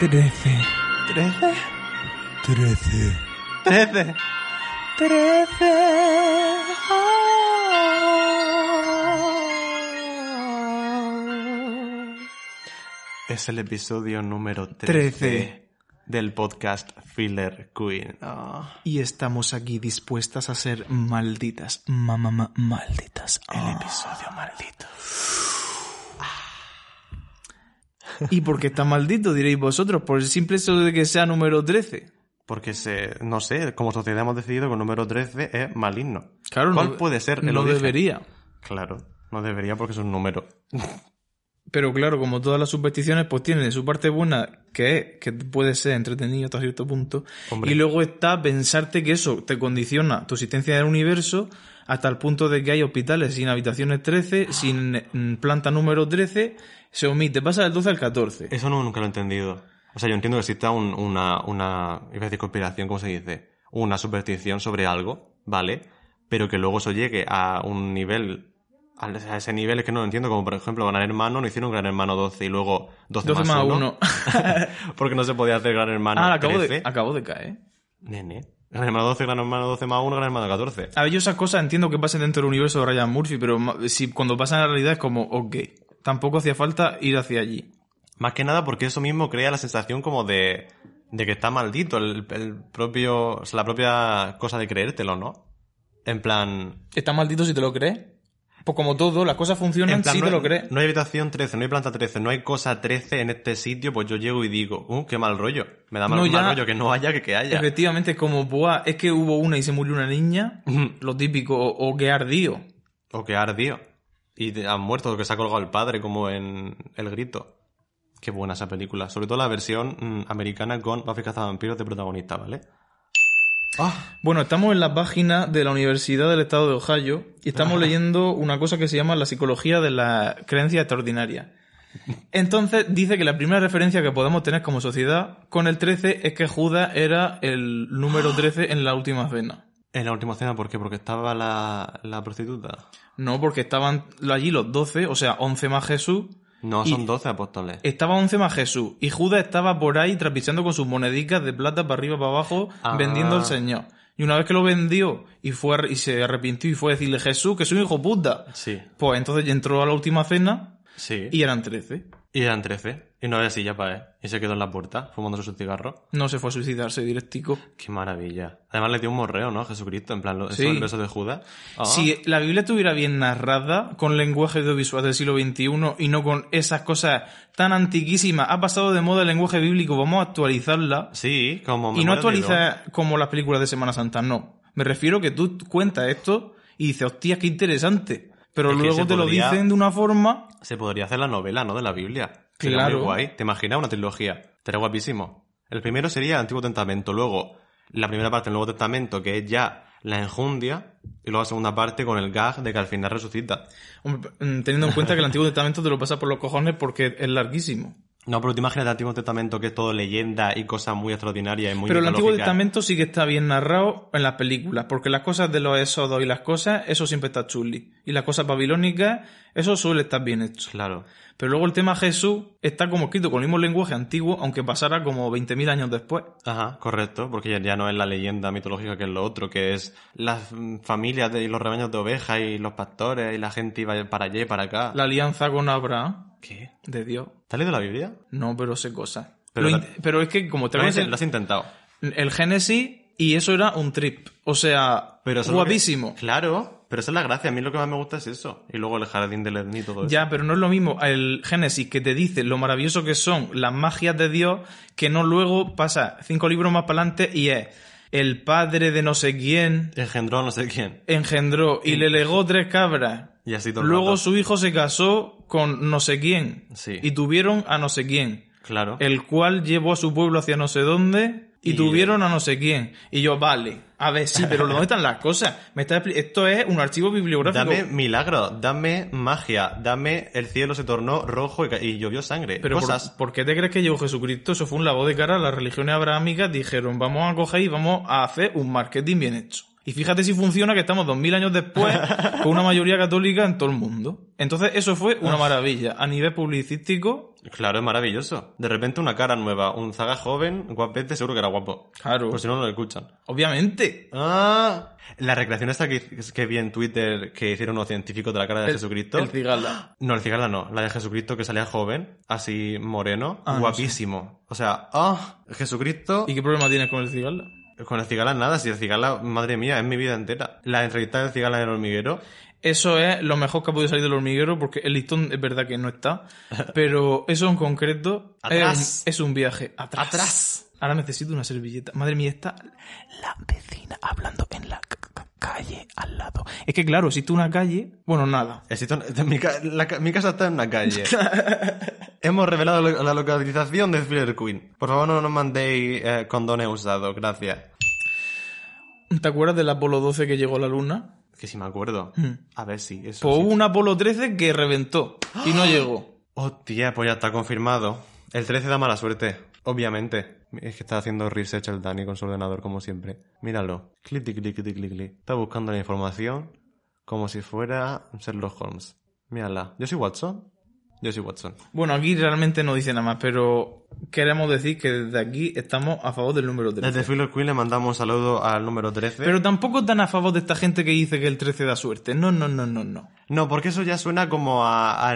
Trece. ¿Trece? Trece. Trece. Trece. Es el episodio número 13, Trece. del podcast Filler Queen. Ah, Y estamos aquí dispuestas a ser malditas. Mamá, malditas. el Ah. episodio maldito. ¿Y por qué está maldito, diréis vosotros? Por el simple hecho de que sea número 13. Porque, se, no sé, como sociedad hemos decidido que el número 13 es maligno. Claro, ¿Cuál no, puede ser el no origen? debería. Claro, no debería porque es un número. Pero claro, como todas las supersticiones, pues tienen su parte buena, que es que puede ser entretenido hasta cierto punto. Hombre. Y luego está pensarte que eso te condiciona tu existencia en el universo hasta el punto de que hay hospitales sin habitaciones 13, sin mm, planta número 13, se omite, pasa del 12 al 14. Eso no, nunca lo he entendido. O sea, yo entiendo que exista un- una, una, iba a decir conspiración, ¿cómo se dice? Una superstición sobre algo, ¿vale? Pero que luego eso llegue a un nivel, al- a ese nivel es que no lo entiendo, como por ejemplo Gran Hermano, no hicieron Gran Hermano 12 y luego 12, 12 más 1, 1. porque Ah, no se podía hacer Gran Hermano Ah, acabo 13. de, acabo de caer. Nene. Gran Hermano 12, Gran Hermano 12 más 1, Gran Hermano 14. A ver, yo esas cosas entiendo que pasen dentro del universo de Ryan Murphy, pero ma- si cuando pasan en la realidad es como, ok, tampoco hacía falta ir hacia allí. Más que nada porque eso mismo crea la sensación como de, de que está maldito el, el propio, o sea, la propia cosa de creértelo, ¿no? En plan, Está maldito si te lo crees. Pues como todo, las cosas funcionan En plan, si no, te hay- lo crees. no hay habitación 13, no hay planta 13, no hay cosa 13 en este sitio, pues yo llego y digo, uh, qué mal rollo. Me da mal, No, mal ya- rollo que no haya que que haya. Efectivamente, es como, buah, es que hubo una y se murió una niña. Lo típico, o, o que ardió. o que ha ardido. Y te- han muerto, o que se ha colgado el padre, como en El Grito. Qué buena esa película. Sobre todo la versión mm, americana con Buffy Cazavampiros de protagonista, ¿vale? Ah, Bueno, estamos en la página de la Universidad del Estado de Ohio y estamos leyendo una cosa que se llama la psicología de la creencia extraordinaria. Entonces dice que la primera referencia que podemos tener como sociedad con el 13 es que Judas era el número 13 en la última cena. en la última cena, ¿por qué? Porque estaba la, la prostituta. No, porque estaban allí los 12, o sea, 11 más Jesús. No, Y- Eh. son 12 apóstoles. Estaba 11 más Jesús y Judas estaba por ahí trapicheando con sus monedicas de plata para arriba para abajo Ah. vendiendo al Señor. Y una vez que lo vendió y fue a- y se arrepintió y fue a decirle Jesús que soy un hijo puta. Sí, Pues entonces entró a la última cena sí. Y, y eran 13. eran 13. Y no había silla para él. Y se quedó en la puerta, fumándose su cigarro. No se fue a suicidarse directico. Qué maravilla. Además le dio un morreo, ¿no? A Jesucristo, en plan, lo, Sí. eso, el beso de Judas. Ah. Si la Biblia estuviera bien narrada con lenguaje audiovisual del siglo XXI y no con esas cosas tan antiquísimas, ha pasado de moda el lenguaje bíblico, vamos a actualizarla. Ah, Sí, como Y no memoria de Dios. actualiza como las películas de Semana Santa, no. Me refiero que tú cuentas esto y dices, hostia, qué interesante. Pero Es que luego se te lo podría- dicen de una forma. Se podría hacer la novela, ¿no? De la Biblia. Sería Claro. muy guay. ¿Te imaginas una trilogía? Estaría guapísimo. El primero sería el Antiguo Testamento, luego la primera parte del Nuevo Testamento, que es ya la enjundia, y luego la segunda parte con el gag de que al final resucita. Hombre, mm, Teniendo en cuenta que el Antiguo Testamento te lo pasa por los cojones porque es larguísimo. No, pero te imaginas el Antiguo Testamento que es todo leyenda y cosas muy extraordinarias y muy Pero el Antiguo mitológicas. Testamento sí que está bien narrado en las películas, porque las cosas de los exodos y las cosas, eso siempre está chuli. Y las cosas babilónicas, eso suele estar bien hecho. Claro. Pero luego el tema Jesús está como escrito con el mismo lenguaje antiguo, aunque pasara como 20.000 años después. Ajá, correcto, porque ya- ya no es la leyenda mitológica que es lo otro, que es las mm, familias de- y los rebaños de ovejas y los pastores y la gente iba para allá y para acá. La alianza con Abraham, ¿Qué? de Dios. ¿Te has leído la Biblia? No, pero sé cosas. Pero Lo la- in- pero es que como te Lo voy a has, decir, lo has intentado. el Génesis y eso era un trip. O sea, Pero eso es lo que- guapísimo. claro, pero esa es la gracia. A mí lo que más me gusta es eso. Y luego el jardín del Edén y todo eso. Ya, pero no es lo mismo el Génesis que te dice lo maravilloso que son las magias de Dios, que no luego pasa cinco libros más para adelante y es el padre de no sé quién Engendró a no sé quién. engendró y le legó tres cabras. Y así todo el Luego rato. su hijo se casó con no sé quién Sí. y tuvieron a no sé quién. Claro. el cual llevó a su pueblo hacia no sé dónde y, Y- tuvieron a no sé quién. Y yo, vale, a ver, sí, pero ¿dónde están las cosas? Me está expli- Esto es un archivo bibliográfico. Dame milagro, dame magia, dame el cielo se tornó rojo y, ca- y llovió sangre. pero por, Cosas. ¿por qué te crees que llegó Jesucristo? Eso fue un lavado de cara a las religiones abrahámicas. Dijeron, vamos a coger y vamos a hacer un marketing bien hecho. Y fíjate si funciona que estamos dos mil años después con una mayoría católica en todo el mundo. Entonces eso fue una maravilla a nivel publicístico Claro, es maravilloso. De repente una cara nueva, un zaga joven, guapete, seguro que era guapo. Claro. Por si no, no lo escuchan. pues, Obviamente. Ah, la recreación esta que, que vi en Twitter que hicieron unos científicos de la cara de Jesucristo. El cigala. No, el cigala no, la de Jesucristo que salía joven, así moreno, Ah, no guapísimo. O sea, ah, Jesucristo ¿Y qué problema tienes con el cigala? con el cigala nada, si el cigala, madre mía, es mi vida entera. La entrevista del cigala en el hormiguero, Eso es lo mejor que ha podido salir del hormiguero porque el listón es verdad que no está, pero eso en concreto es un- Atrás. Es, un, viaje. Atrás. Atrás. Ahora necesito una servilleta. Madre mía, está la vecina hablando en la c- c- calle al lado. Es que claro, si tú una calle, bueno, nada. existe un- mi, ca- la ca- mi casa está en una calle. Hemos revelado lo- la localización de Filler Queen. Por favor, no nos mandéis eh, condones usados, gracias. ¿Te acuerdas del Apolo 12 que llegó a la luna? Que si me acuerdo. Hmm. A ver si eso. Pues sí. ¡Ah! hubo un Apolo 13 que reventó y no llegó. Hostia, pues ya está confirmado. El 13 da mala suerte, obviamente. Es que está haciendo research el Dani con su ordenador, como siempre. Míralo. Clic, clic, clic, clic, clic, clic. Está buscando la información como si fuera Sherlock Holmes. Mírala. ¿Yo soy Watson? Yo soy Watson. Bueno, aquí realmente no dice nada más, pero queremos decir que desde aquí estamos a favor del número 13. Desde Filler Queen le mandamos un saludo al número 13. Pero tampoco tan a favor de esta gente que dice que el 13 da suerte. No, no, no, no, no. No, porque eso ya suena como a, a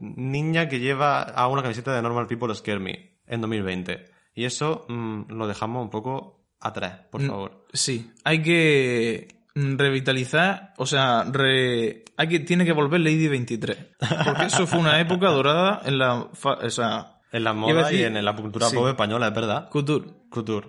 niña que lleva a una camiseta de Normal People Scare Me en 2020. Y eso mm, lo dejamos un poco atrás, por Mm. favor. Sí, hay que mm, revitalizar, o sea, re- hay que, tiene que volver Lady 23. Porque eso fue una época dorada en la... fa- o sea, En Iba la a moda decir- y en la cultura sí. pop española, es verdad. couture. Couture.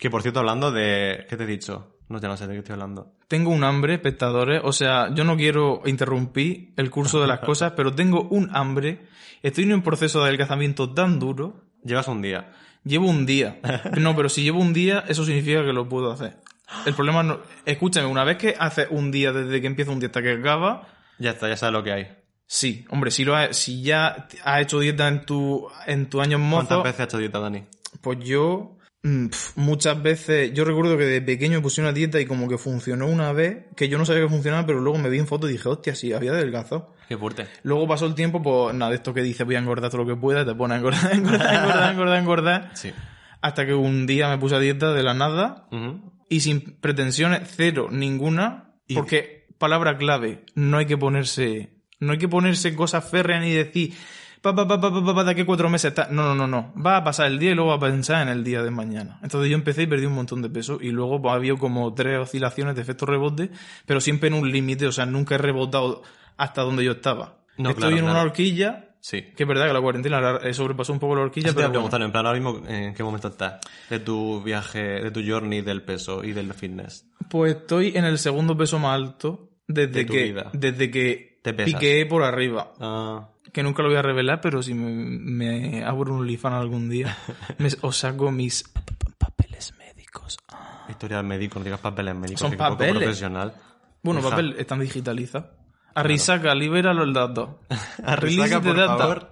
Que por cierto, hablando de. ¿Qué te he dicho? No, ya no sé de qué estoy hablando. Tengo un hambre, espectadores. O sea, yo no quiero interrumpir el curso de las cosas, pero tengo un hambre. Estoy en un proceso de adelgazamiento tan duro Llevas un día. Llevo un día. No, pero si llevo un día, eso significa que lo puedo hacer. El problema no. Escúchame, una vez que haces un día desde que empieza un día hasta que acaba, Ya está, ya sabes lo que hay. sí, hombre, si lo ha- si ya has hecho dieta en tu en tus años ¿Cuántas mozo, veces has hecho dieta, Dani? pues yo mm, pf, muchas veces, yo recuerdo que de pequeño me puse una dieta y como que funcionó una vez, que yo no sabía que funcionaba, pero luego me vi en foto y dije, hostia, sí, había adelgazado. Qué fuerte. Luego pasó el tiempo, pues nada, de esto que dices, voy a engordar todo lo que pueda, te pones a engordar, engordar, engordar, engordar, engordar. Sí. Hasta que un día me puse a dieta de la nada Ujú. y sin pretensiones cero ninguna, Y- porque palabra clave, no hay que ponerse, no hay que ponerse cosas férreas ni decir pa pa pa pa pa pa, pa, de aquí a cuatro meses está. No, no, no, no. Va a pasar el día y luego va a pensar en el día de mañana. Entonces yo empecé y perdí un montón de peso y luego pues, había como tres oscilaciones de efecto rebote, pero siempre en un límite, o sea, nunca he rebotado hasta donde yo estaba. No, Estoy claro, en una claro. horquilla, Sí. que es verdad que la cuarentena la- eh, sobrepasó un poco la horquilla, Eso te pero iba a bueno. preguntar, en plan, ahora mismo, ¿en qué momento estás? De tu viaje, de tu journey del peso y del fitness. Pues estoy en el segundo peso más alto desde De tu que vida. desde que Te pesas. piqué por arriba. Ah, Que nunca lo voy a revelar, pero si me, me abro un lifan algún día, me- os saco mis pa- pa- papeles médicos. Ah. historial médico, no digas papeles médicos. Son que poco papeles. profesional. Bueno, Hija. papel están digitalizados. Arrisaca, libera los datos. Release Arrisaca, the por data. favor.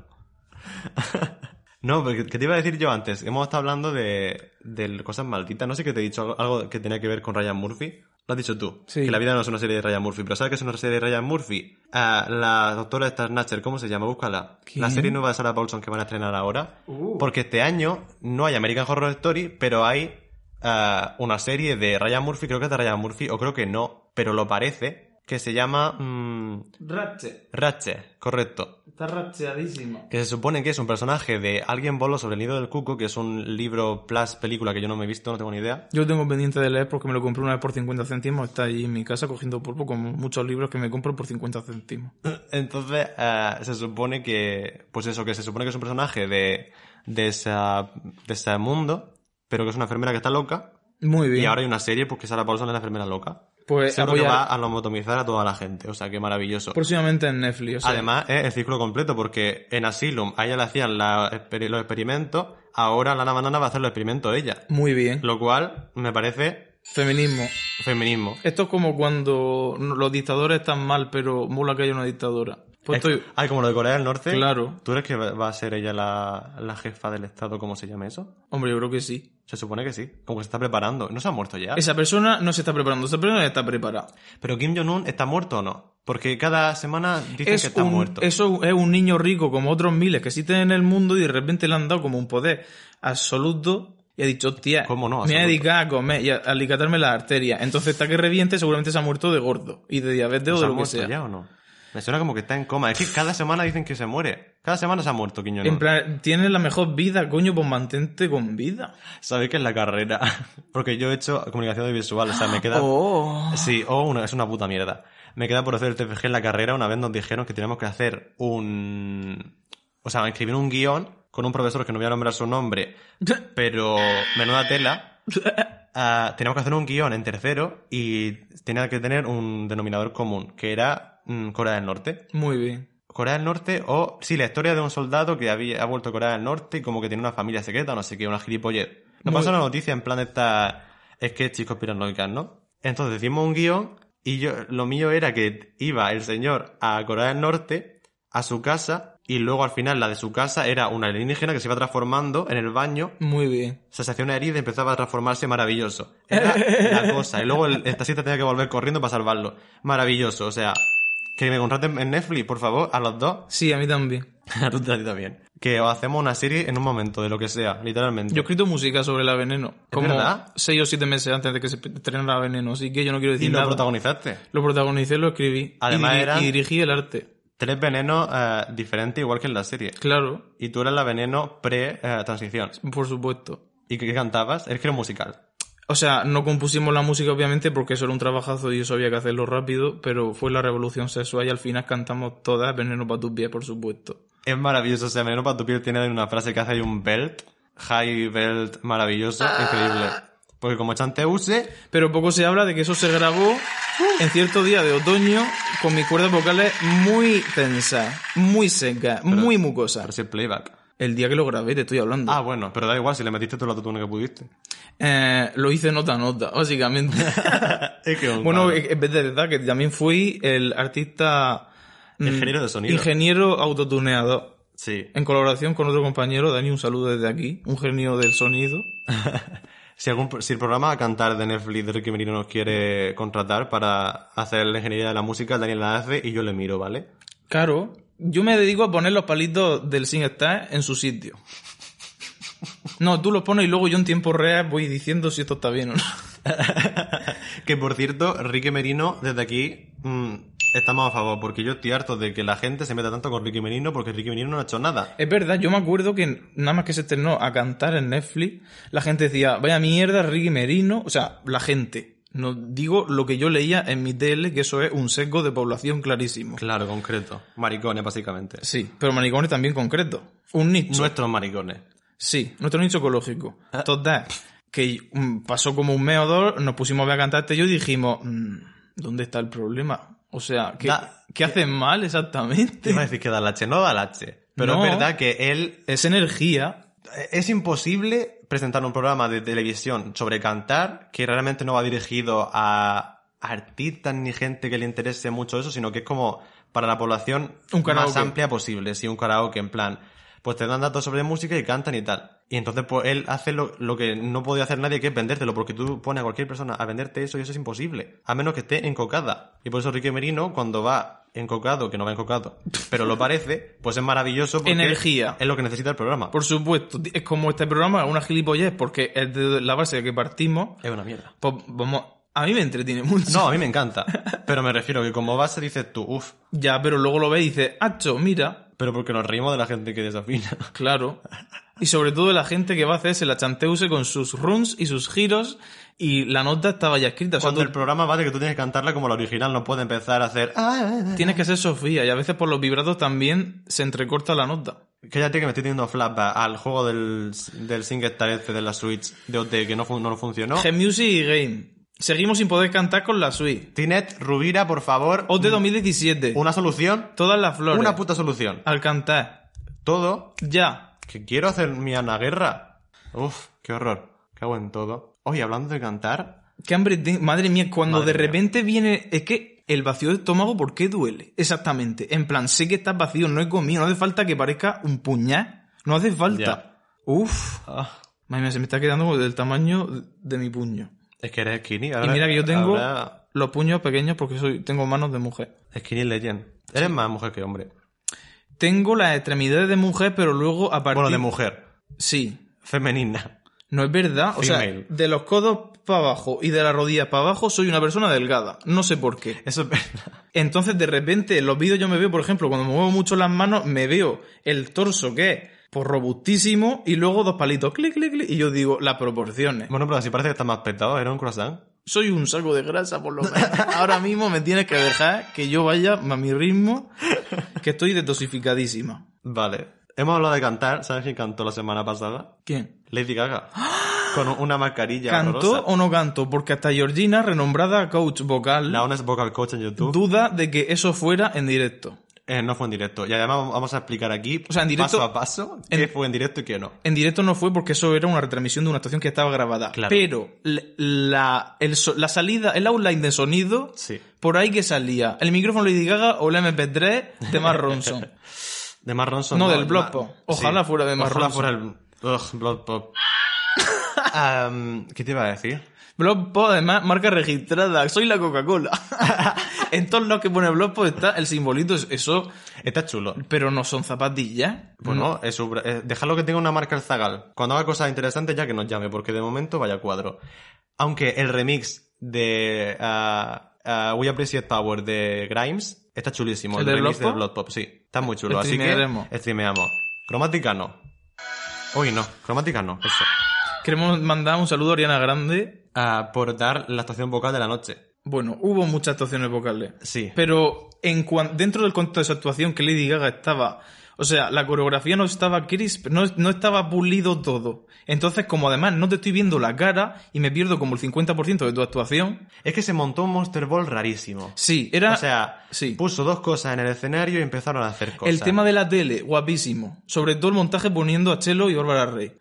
No, porque que te iba a decir yo antes. Hemos estado hablando de, de cosas malditas. No sé qué te he dicho, algo- algo que tenía que ver con Ryan Murphy. Lo has dicho tú. Sí. Que la vida no es una serie de Ryan Murphy. Pero ¿sabes qué es una serie de Ryan Murphy? Ah, la doctora esta Snatcher, ¿cómo se llama? Búscala. ¿Quién? La serie nueva de Sarah Paulson que van a estrenar ahora. Uh. Porque este año no hay American Horror Story, pero hay ah, una serie de Ryan Murphy. Creo que es de Ryan Murphy, o creo que no, pero lo parece. Que se llama mm, Ratchet, Ratchet, correcto. está ratcheadísimo. Que se supone que es un personaje de Alguien voló sobre el nido del cuco, que es un libro plus película que yo no me he visto, no tengo ni idea. Yo lo tengo pendiente de leer porque me lo compré una vez por 50 céntimos. Está ahí en mi casa cogiendo polvo como muchos libros que me compro por 50 céntimos. Entonces, eh, se supone que, pues eso, que se supone que es un personaje de, de, esa, de ese mundo, pero que es una enfermera que está loca. Muy bien. Y ahora hay una serie porque Sarah Paulson es la enfermera loca. pues Seguro que apoyar- va a lobotomizar a toda la gente, o sea, qué maravilloso. Próximamente en Netflix. o sea, Además, es el círculo completo, porque en Asylum a ella le hacían la exper- los experimentos, ahora Lana Banana va a hacer los experimentos ella. Muy bien. Lo cual me parece Feminismo. Feminismo. Esto es como cuando los dictadores están mal, pero mola que haya una dictadora. Pues Es- estoy- Ay, como lo de Corea del Norte. Claro. ¿Tú crees que va va a ser ella la, la jefa del Estado, cómo se llama eso? Hombre, yo creo que sí. Se supone que sí. Como que se está preparando. ¿No se ha muerto ya? Esa persona no se está preparando, esa persona está preparada. ¿Pero Kim Jong-un está muerto o no? Porque cada semana dicen que está un, muerto. Eso es un niño rico como otros miles que existen en el mundo y de repente le han dado como un poder absoluto y ha dicho, hostia, ¿Cómo me no? voy a Absoluto. dedicar a comer y a a alicatarme las arterias. Entonces está que reviente, seguramente se ha muerto de gordo y de diabetes o ¿Se de ha lo que muerto sea. ya o no? Me suena como que está en coma. Es que cada semana dicen que se muere. Cada semana se ha muerto Kim En Jong-un. plan, tienes la mejor vida, coño, pues mantente con vida. Sabéis que es la carrera. Porque yo he hecho comunicación audiovisual. O sea, me queda... Oh. Sí, o una- es una puta mierda. Me queda por hacer el TFG en la carrera. Una vez nos dijeron que teníamos que hacer un... O sea, escribir un guión con un profesor que no voy a nombrar su nombre, pero menuda tela. Ah, teníamos que hacer un guión en tercero y tenía que tener un denominador común, que era mm, Corea del Norte. Muy bien. Corea del Norte o, sí, la historia de un soldado que había, ha vuelto a Corea del Norte y como que tiene una familia secreta, no sé qué, una gilipollez. Nos Muy- pasa una noticia en plan de estas sketches conspiranoicas, ¿no? Entonces decimos un guión y yo, lo mío era que iba el señor a Corea del Norte, a su casa, y luego al final la de su casa era una alienígena que se iba transformando en el baño Muy bien. o sea, se hacía una herida y empezaba a transformarse maravilloso. Era la cosa. Y luego el, el taxista tenía que volver corriendo para salvarlo. Maravilloso. O sea, que me contraten en Netflix, por favor, a los dos. Sí, a mí también. A tú a ti también. Que hacemos una serie en un momento, de lo que sea, literalmente. Yo he escrito música sobre la veneno. Como verdad? seis o siete meses antes de que se estrenara veneno, así que yo no quiero y decir lo nada. protagonizaste. Lo protagonicé, lo escribí. Además y, diri- eran- y dirigí el arte. Tres venenos eh, diferentes, igual que en la serie. Claro, Y tú eras la veneno pre-transición. por supuesto. ¿Y qué cantabas? Es que era un musical. O sea, no compusimos la música, obviamente, porque eso era un trabajazo y eso había que hacerlo rápido, pero fue la revolución sexual y al final cantamos todas Veneno para tus pies, por supuesto. Es maravilloso. O sea, Veneno para tu piel tiene una frase que hace ahí un belt. High belt maravilloso, Ah. increíble. Porque como Chante use, Pero poco se habla de que eso se grabó en cierto día de otoño con mis cuerdas vocales muy tensas, muy secas, muy Pero mucosas. si es playback. El día que lo grabé, te estoy hablando. Ah, bueno, pero da igual si le metiste tú la totuna que pudiste. Eh, lo hice nota a nota, básicamente. Ah, es que Bueno, en vez de verdad que también fui el artista... mm, Ingeniero de sonido. Ingeniero autotuneador. Sí. En colaboración con otro compañero, Dani, un saludo desde aquí, un genio del sonido. Si, algún, pro- si el programa a cantar de Netflix de Ricky Merino nos quiere contratar para hacer la ingeniería de la música, Daniel la hace y yo le miro, ¿vale? Claro, yo me dedico a poner los palitos del SingStar en su sitio. No, tú los pones y luego yo en tiempo real voy diciendo si esto está bien o no. Que por cierto, Ricky Merino, desde aquí, mm, estamos a favor, porque yo estoy harto de que la gente se meta tanto con Ricky Merino porque Ricky Merino no ha hecho nada. Es verdad, yo me acuerdo que nada más que se estrenó a cantar en Netflix, la gente decía, vaya mierda, Ricky Merino. O sea, la gente. No digo lo que yo leía en mi TL, que eso es un sesgo de población clarísimo. Claro, concreto. Maricones, básicamente. Sí, pero maricones también concreto. Un nicho. Nuestros maricones. Sí, nuestro nicho ecológico. Ah. Total, que mm, pasó como un mes o dos, nos pusimos a ver a cantarte y yo y dijimos, mm, ¿dónde está el problema? O sea, ¿qué, Da- eh, ¿qué hacen mal Te exactamente? iba a decir que da lache, no da lache. Pero No. es verdad que él Es energía. Es imposible presentar un programa de televisión sobre cantar que realmente no va dirigido a artistas ni gente que le interese mucho eso, sino que es como para la población Un más karaoke. amplia posible. Sí, un karaoke, en plan, pues te dan datos sobre música y cantan y tal. Y entonces, pues él hace lo, lo que no podía hacer nadie, que es vendértelo, porque tú pones a cualquier persona a venderte eso y eso es imposible, a menos que esté encocada. Y por eso Ricky Merino, cuando va encocado, que no va encocado, pero lo parece, pues es maravilloso porque Energía. es lo que necesita el programa. Por supuesto, es como este programa, es una gilipollez, porque es de la base de que partimos. Es una mierda. Pues vamos, a mí me entretiene mucho. No, a mí me encanta. Pero me refiero que como base dices tú, uff, Ya, pero luego lo ves y dices, hacho, mira, pero porque nos reímos de la gente que desafina. claro. Y sobre todo de la gente que va a hacerse la chanteuse con sus runs y sus giros, y la nota estaba ya escrita. O sea, Cuando tú- el programa va de que tú tienes que cantarla como la original, no puede empezar a hacer... "Ah, ah, Tienes que ser Sofía y a veces por los vibratos también se entrecorta la nota. ah". Cállate que me estoy teniendo flashback al juego del, del SingStar este de la Switch de OT que no, fun- no funcionó. G-Music y Game. Seguimos sin poder cantar con la suite. Tinet, Rubira, por favor, OT 2017. Mm. una solución. Todas las flores. Una puta solución. Al cantar. Todo. Ya. Que quiero hacer mi Ana Guerra. Uf, qué horror. Cago en todo. Oye, hablando de cantar, Qué hambre te- Madre mía, cuando Madre de mía. repente viene... Es que el vacío de estómago, ¿por qué duele? Exactamente. En plan, sé que estás vacío, no he comido, no hace falta que parezca un puñal. No hace falta. Uf. Ah, Madre mía, se me está quedando como del tamaño de mi puño. es que eres skinny. Y ahora- mira que yo tengo ahora los puños pequeños porque soy, tengo manos de mujer. skinny legend. Eres más mujer que hombre. Tengo las extremidades de mujer, pero luego a partir... Bueno, de mujer. Sí. Femenina. No es verdad. O Female. sea, de los codos para abajo y de las rodillas para abajo soy una persona delgada. No sé por qué. Eso es verdad. Entonces, de repente, en los vídeos yo me veo, por ejemplo, cuando me muevo mucho las manos, me veo el torso que es por robustísimo y luego dos palitos, clic, clic, clic, y yo digo las proporciones. Bueno, pero así parece que estás más petado. Era un croissant. Soy un saco de grasa, por lo menos. Ahora mismo me tienes que dejar que yo vaya a mi ritmo, que estoy detoxificadísima. Vale. Hemos hablado de cantar. ¿Sabes quién cantó la semana pasada? ¿Quién? Lady Gaga. Con una mascarilla ¿Canto horrorosa. o no canto? Porque hasta Georgina, renombrada coach vocal, La Honest Vocal Coach en YouTube. duda de que eso fuera en directo. Eh, no fue en directo. Y además vamos a explicar aquí, O sea, en directo- paso a paso, qué fue en directo y qué no. En directo no fue porque eso era una retransmisión de una estación que estaba grabada. Claro. Pero la, la- el so- la salida, el outline de sonido, Sí. por ahí que salía. El micrófono Lady Gaga o el MP3 de Mark Ronson. De Mar Ronson. No, del el Blood Ma- Pop. Ojalá fuera de Mar Ojalá Ronson. fuera el ugh, Blood Pop. Am, ¿Qué te iba a decir? Blogspot, además, marca registrada. Soy la Coca-Cola. en todos los que pone Blogspot está el simbolito, es- eso. Está chulo. Pero no son zapatillas. Bueno, es su bra- eh, déjalo que tenga una marca el Zagal. Cuando haga cosas interesantes ya que nos llame, porque de momento vaya cuadro. Aunque el remix de ah, ah, We Appreciate Power de Grimes está chulísimo. ¿El El, del remix Blood de Pop? Blood Pop, sí. Está muy chulo. Así Streamearemos. que streameamos. Cromática no. Uy, no. Cromática no. Eso. Queremos mandar un saludo a Ariana Grande. Ah, por dar la actuación vocal de la noche. Bueno, hubo muchas actuaciones vocales. Sí. Pero en cuan- dentro del contexto de su actuación que Lady Gaga estaba, o sea, la coreografía no estaba crisp, no, no estaba pulido todo. Entonces, como además no te estoy viendo la cara y me pierdo como el 50% de tu actuación, Es que se montó un Monster Ball rarísimo. sí, era O sea, sí. puso dos cosas en el escenario y empezaron a hacer cosas. el tema de la tele, guapísimo. Sobre todo el montaje poniendo a Chelo y Bárbara Rey.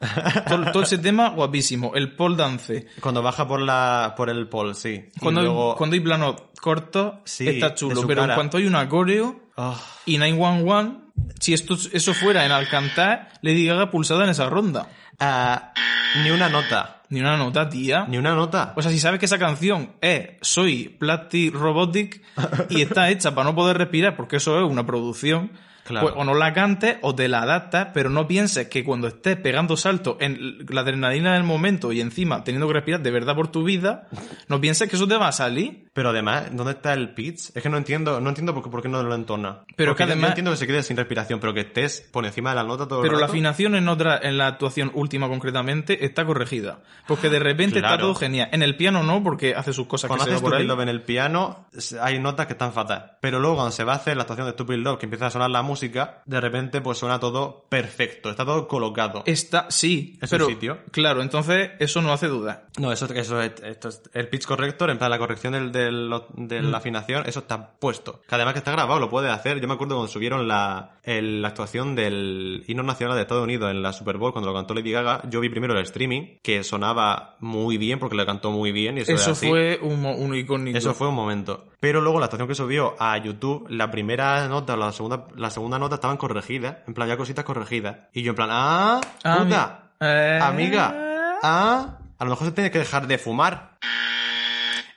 todo, todo ese tema, guapísimo. El pole dance. Cuando baja por la por el pol, sí. Y Cuando, hay- luego- cuando hay planos cortos, Sí, está de chulo. su Pero en cara. cuanto hay un coreo, Ah, y 911, si esto, eso fuera en Alcantara, Lady Gaga pulsada en esa ronda. ah, ni una nota. Ni una nota, tía. Ni una nota. O sea, si sabes que esa canción es Soy Plastic Robotic y está hecha para no poder respirar, porque eso es una producción, Claro. pues o no la cantes o te la adaptas, pero no pienses que cuando estés pegando saltos en la adrenalina del momento y encima teniendo que respirar de verdad por tu vida, no pienses que eso te va a salir. Pero además, ¿dónde está el pitch? Es que no entiendo, no entiendo por qué, por qué no lo entona. Pero que Porque yo- yo además- entiendo que se quede sin respiración, pero que estés por encima de la nota todo Pero el la rato. afinación en otra, en la actuación última concretamente, está corregida. Porque de repente está Claro. todo genial. En el piano no, porque hace sus cosas que Cuando se ve hace por Stupid ahí. Love en el piano, s- hay notas que están fatal. Pero luego cuando se va a hacer la actuación de Stupid Love, que empieza a sonar la música, de repente pues suena todo perfecto, está todo colocado. Está, sí, Es un pero sitio. claro, entonces eso no hace duda. No, eso, eso es, esto es- el pitch corrector, en plan la corrección del, del- de Mm. la afinación, eso está puesto. Que además que está grabado, lo puedes hacer. Yo me acuerdo cuando subieron la, el- la actuación del himno nacional de Estados Unidos en la Super Bowl, cuando lo cantó Lady Gaga, yo vi primero el streaming, que sonaba muy bien, porque lo cantó muy bien. Y eso, es Eso así. fue un, mo- un icónico. Eso fue un momento. Pero luego la actuación que subió a YouTube, la primera nota o la segunda, la segunda nota estaban corregidas, en plan ya cositas corregidas. Y yo en plan, ah, Ah, puta. mi- eh, Amiga, ah, a lo mejor se tiene que dejar de fumar.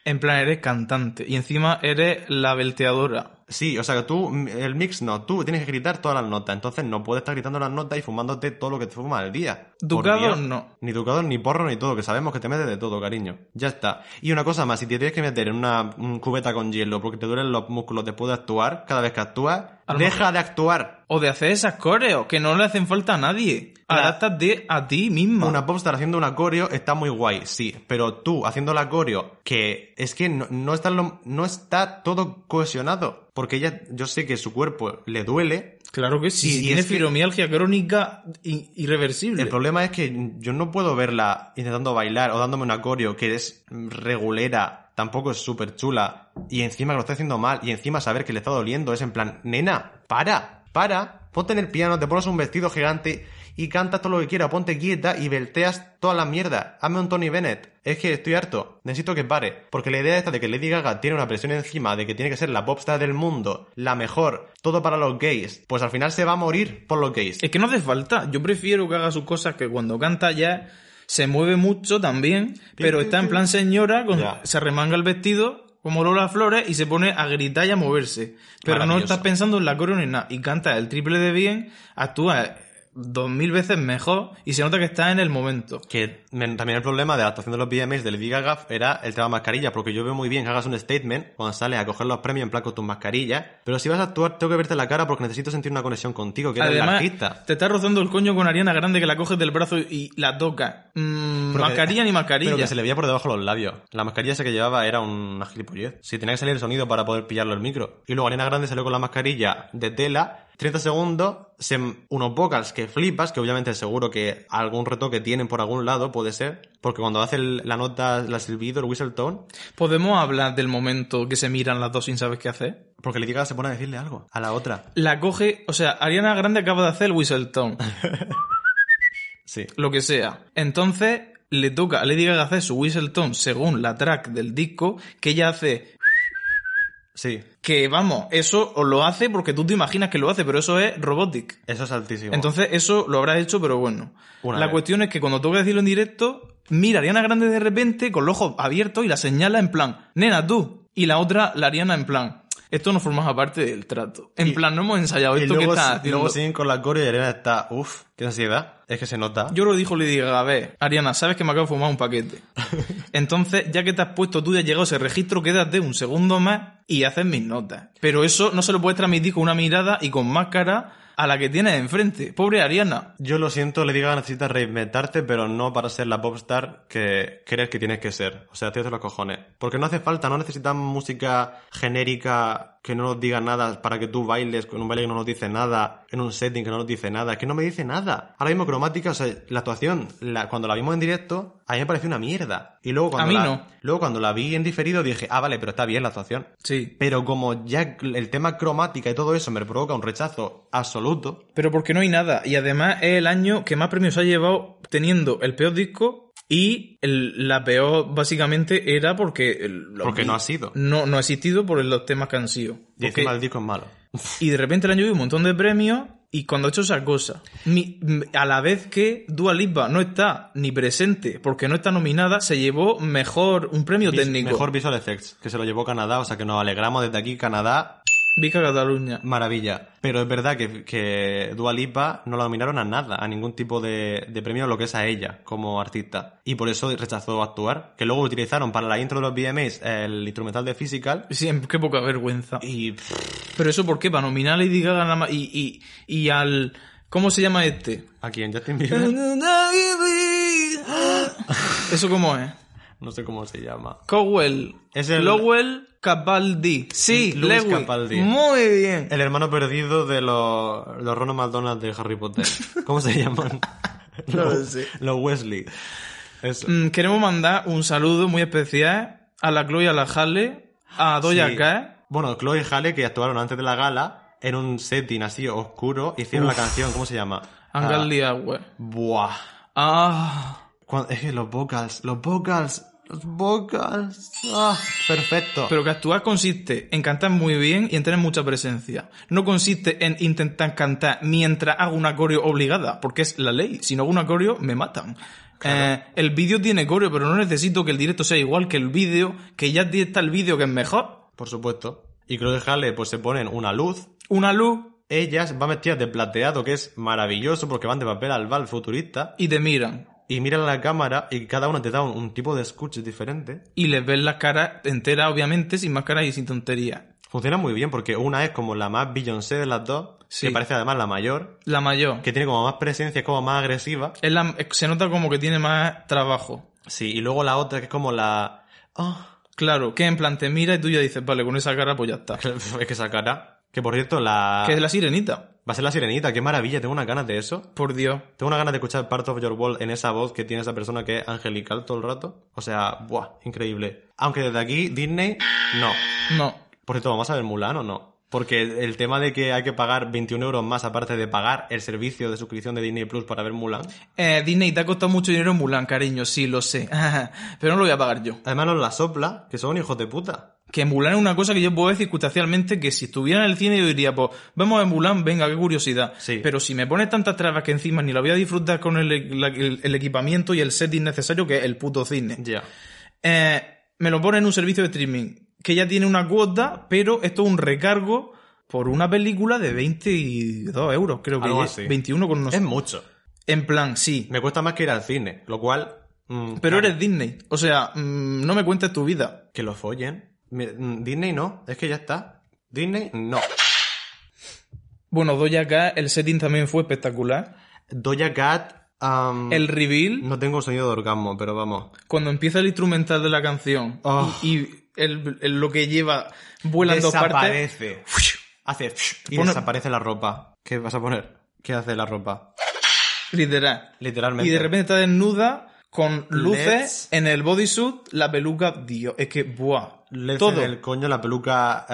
En plan, eres cantante. Y encima eres la belteadora. Sí, o sea que tú, mm, el mix no, tú tienes que gritar todas las notas, entonces no puedes estar gritando las notas y fumándote todo lo que te fumas al día. Por Ducado, Dios. no. Ni ducado, ni porro, ni todo, que sabemos que te metes de todo, cariño. Ya está. Y una cosa más, si te tienes que meter en una mm, cubeta con hielo porque te duelen los músculos después de actuar, cada vez que actúas, A lo deja de actuar. O de hacer esas coreos que no le hacen falta a nadie. La- Adáptate a ti misma. Una popstar haciendo una coreo está muy guay, sí, pero tú haciendo la coreo, que es que no, no está, lo- no está todo cohesionado, porque ella, yo sé que su cuerpo le duele. Claro que sí. Y- si y tienes es que- fibromialgia crónica i- irreversible. El problema es que yo no puedo verla intentando bailar o dándome una coreo que es regulera, tampoco es súper chula, y encima lo está haciendo mal, y encima saber que le está doliendo, es en plan, nena, para. Para, ponte en el piano, te pones un vestido gigante y cantas todo lo que quieras, ponte quieta y velteas toda la mierda. Hazme un Tony Bennett. Es que estoy harto, necesito que pare. Porque la idea esta de que Lady Gaga tiene una presión encima de que tiene que ser la popstar del mundo, la mejor, todo para los gays, pues al final se va a morir por los gays. Es que no hace falta. Yo prefiero que haga sus cosas que cuando canta ya se mueve mucho también, pero está en plan señora, con- Ya. se remanga el vestido como Lola Flores y se pone a gritar y a moverse. Pero no Maravilloso. estás pensando en la coreo ni nada. Y canta el triple de bien, actúa dos mil veces mejor y se nota que está en el momento. Que me- también el problema de la actuación de los BMAs de Lady Gaga era el tema mascarilla, porque yo veo muy bien que hagas un statement cuando sales a coger los premios en plan con tus mascarillas, pero si vas a actuar tengo que verte la cara porque necesito sentir una conexión contigo, que eres el Además, artista. te estás rozando el coño con Ariana Grande que la coges del brazo y la toca. Mm, Pero que- mascarilla ni Pero mascarilla. que se le veía por debajo los labios. La mascarilla esa que llevaba era una gilipollez. Si tenía que salir el sonido para poder pillarlo el micro. Y luego Ariana Grande salió con la mascarilla de tela. 30 segundos, se, unos vocals que flipas, que obviamente seguro que algún retoque tienen por algún lado, puede ser. Porque cuando hace el- la nota, la silbido, el whistle tone, ¿Podemos hablar del momento que se miran las dos sin saber qué hacer? porque Lady Gaga se pone a decirle algo a la otra. La coge, o sea, Ariana Grande acaba de hacer el Whistletone, Sí. lo que sea. Entonces le toca a Lady Gaga hacer su Whistletone según la track del disco, que ella hace. Sí. Que vamos, eso o lo hace porque tú te imaginas que lo hace, pero eso es robotic. Eso es altísimo. Entonces eso lo habrás hecho, pero bueno. Una la vez. cuestión es que cuando toca decirlo en directo, mira a Ariana Grande de repente con los ojos abiertos y la señala en plan, nena, tú. Y la otra, la Ariana, en plan, esto no forma parte del trato. En Y- plan, no hemos ensayado y esto que luego, estás y haciendo. luego siguen con la coreo y Ariana está, uff, qué ansiedad. Es que se nota. Yo lo dijo Lady Gaga, a ver, Ariana, sabes que me acabo de fumar un paquete. Entonces, ya que te has puesto tú, ya has llegado ese registro, quédate un segundo más y haces mis notas. Pero eso no se lo puedes transmitir con una mirada y con máscara a la que tienes enfrente. Pobre Ariana. Yo lo siento, le diga necesitas reinventarte, pero no para ser la popstar que crees que tienes que ser. O sea, tienes los cojones. Porque no hace falta, no necesitas música genérica que no nos diga nada para que tú bailes con un baile que no nos dice nada, en un setting que no nos dice nada, es que no me dice nada. Ahora mismo cromática, o sea, la actuación, la- cuando la vimos en directo, a mí me pareció una mierda. Y luego cuando A mí la- no. luego cuando la vi en diferido dije, ah, vale, pero está bien la actuación. Sí. Pero como ya el tema cromática y todo eso me provoca un rechazo absoluto, Pero porque no hay nada. Y además es el año que más premios ha llevado teniendo el peor disco y el- la peor básicamente era porque... el- los Porque di- no ha sido. No, no ha existido por los temas que han sido. y Porque- encima el disco es malo. Y de repente le han llovido un montón de premios. Y cuando ha hecho esa cosa, mi- m- a la vez que Dua Lipa no está ni presente porque no está nominada, se llevó mejor un premio Vis- técnico. Mejor Visual Effects, que se lo llevó Canadá, o sea que nos alegramos desde aquí, Canadá, Vica Cataluña. maravilla. Pero es verdad que, que Dua Lipa no la nominaron a nada, a ningún tipo de, de premio, lo que es a ella como artista. Y por eso rechazó actuar, que luego utilizaron para la intro de los BMAs el instrumental de Physical. Sí, en- qué poca vergüenza. Y pff, Pero eso, ¿por qué? Para nominar a Lady Gaga nada más. Y, y, y al. ¿Cómo se llama este? a quien Justin Bieber, ¿Eso cómo es? no sé cómo se llama. Cowell. Es el- Lowell Capaldi. Sí, Louis Lewis. Capaldi. Muy bien. El hermano perdido de los, los Ronald McDonald de Harry Potter. ¿Cómo se llaman? No lo Los- sé. Los Wesley. Eso. Mm, queremos mandar un saludo muy especial a la Chloe, a la Halle, a Doja Sí. Cat. Bueno, Chloe y Halle, que actuaron antes de la gala, en un setting así oscuro, hicieron la canción, ¿cómo se llama? Angal Hour. Ah, buah. Ah, Cuan- es que los vocals, los vocals, los vocals. Ah, perfecto. pero que actuar consiste en cantar muy bien y en tener mucha presencia. No consiste en intentar cantar mientras hago una coreo obligada, porque es la ley. Si no hago una coreo, me matan. Eh, el vídeo tiene coreo, pero no necesito que el directo sea igual que el vídeo, que ya está el vídeo que es mejor. Por supuesto. Y Chloe y Halle, pues se ponen una luz. Una luz Ellas van vestidas de plateado, que es maravilloso porque van de papel al bal futurista. y te miran. Y miran a la cámara y cada una te da un, un tipo de escuche diferente. Y les ves la cara entera, obviamente, sin máscara y sin tontería. Funciona muy bien porque una es como la más Beyoncé de las dos, Sí. que parece además la mayor, La mayor. que tiene como más presencia, es como más agresiva. Es la- se nota como que tiene más trabajo. Sí, y luego la otra que es como la. Ah, Claro, que en plan te mira y tú ya dices, vale, con esa cara pues ya está. es que esa cara. Que por cierto, la. Que es la sirenita. Va a ser la sirenita, qué maravilla, tengo unas ganas de eso. Por Dios. Tengo unas ganas de escuchar Part of Your Wall en esa voz que tiene esa persona que es angelical todo el rato. O sea, buah, increíble. Aunque desde aquí, Disney, no. No. Por cierto, ¿vamos a ver Mulan o no? Porque el- el tema de que hay que pagar 21 euros más, aparte de pagar el servicio de suscripción de Disney Plus para ver Mulan. Eh, Disney, te ha costado mucho dinero Mulan, cariño, sí, lo sé. Pero no lo voy a pagar yo. Además, nos la sopla, que son hijos de puta. Que Mulan es una cosa que yo puedo decir circunstancialmente que si estuviera en el cine yo diría, pues, vamos a Mulan, venga, qué curiosidad. Sí. Pero si me pones tantas trabas que encima ni la voy a disfrutar con el, la- el- el equipamiento y el setting necesario que es el puto cine. Ya. Eh, me lo ponen en un servicio de streaming que ya tiene una cuota, pero esto es un recargo por una película de 22 euros, creo que Algo es. así. 21 con Es nosotros. mucho. En plan, sí. Me cuesta más que ir al cine, lo cual. mm, Pero claro, eres Disney. O sea, mm, no me cuentes tu vida. Que lo follen. Me- mm, Disney no, es que ya está. Disney no. Bueno, Doja Cat, el setting también fue espectacular. Doja Cat. am, El reveal, No tengo sonido de orgasmo, pero vamos. cuando empieza el instrumental de la canción Ah. y, y el- el- lo que lleva vuelan dos partes. desaparece. Hace. Y Pone- desaparece la ropa. ¿Qué vas a poner? ¿Qué hace la ropa? Literal. Literalmente. Y de repente está desnuda con E luces Let's- en el bodysuit, la peluca, Dios, es que, buah, Le todo. todo. E el coño la peluca.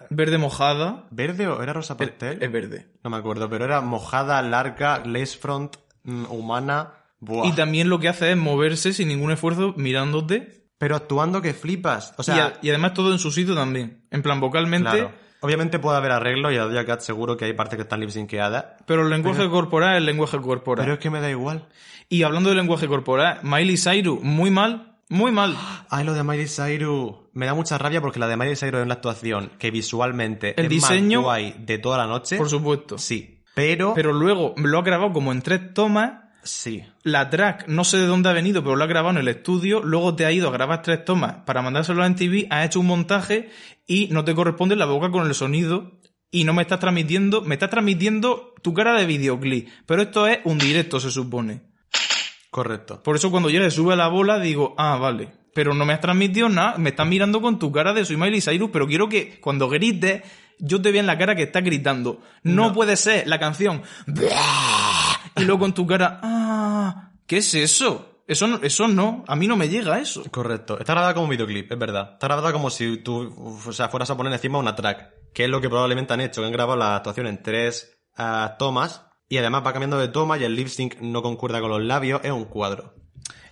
eh, Verde mojada, ¿Verde o era rosa pastel? es verde. No me acuerdo, pero era mojada, larga, lace front, mm, humana. Buah. Y también lo que hace es moverse sin ningún esfuerzo mirándote. Pero actuando que flipas. O y, sea, a- y además todo en su sitio también. En plan, vocalmente, claro. Obviamente puede haber arreglo y a Doja Cat seguro que hay partes que están lip-synqueadas. pero el lenguaje corporal es el lenguaje corporal. Pero es que me da igual. Y hablando del lenguaje corporal, Miley Cyrus, muy mal, muy mal. Ay, lo de Miley Cyrus. Me da mucha rabia porque la de Miley Cyrus es una actuación que visualmente El es diseño- más guay de toda la noche. Por supuesto. Sí. Pero, Pero luego lo ha grabado como en tres tomas. sí. La track, no sé de dónde ha venido, pero lo ha grabado en el estudio. Luego te ha ido a grabar tres tomas para mandárselo a MTV. Has hecho un montaje y no te corresponde la boca con el sonido. Y no me estás transmitiendo, me estás transmitiendo tu cara de videoclip. Pero esto es un directo, se supone. Correcto. Por eso cuando yo le sube la bola digo, ah, vale. Pero no me has transmitido nada, me estás mirando con tu cara de soy Miley Cyrus, pero quiero que cuando grites, yo te vea en la cara que estás gritando. No, puede ser la canción. Y luego con tu cara, ah, ¿qué es eso? Eso no, eso no, a mí no me llega eso. Correcto. Está grabada como un videoclip, es verdad. Está grabada como si tú uf, o sea, fueras a poner encima una track, que es lo que probablemente han hecho, que han grabado la actuación en tres ah, tomas y además va cambiando de toma y el lip sync no concuerda con los labios, es un cuadro.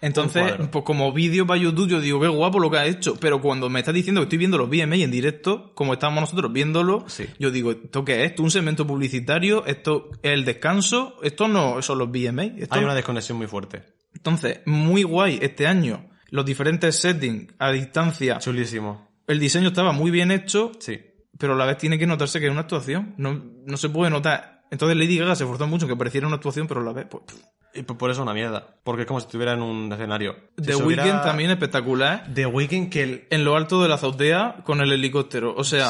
Un Entonces, cuadro. pues como vídeo para YouTube, yo digo, qué guapo lo que ha hecho. Pero cuando me estás diciendo que estoy viendo los VMA en directo, como estábamos nosotros viéndolo, Sí. yo digo, ¿esto qué es? ¿Esto es un segmento publicitario? ¿Esto es el descanso? ¿Esto no son los VMA? ¿Esto Hay no- una desconexión muy fuerte. Entonces, muy guay este año. Los diferentes settings a distancia. Chulísimo. El diseño estaba muy bien hecho, Sí. pero a la vez tiene que notarse que es una actuación. No, no se puede notar. Entonces Lady Gaga se esforzó mucho en que pareciera una actuación, pero a la vez... Pues, pff. Y por por eso es una mierda, porque es como si estuviera en un escenario. Si The se Weeknd hubiera- también espectacular. The Weeknd que el- En lo alto de la azotea con el helicóptero. O sea...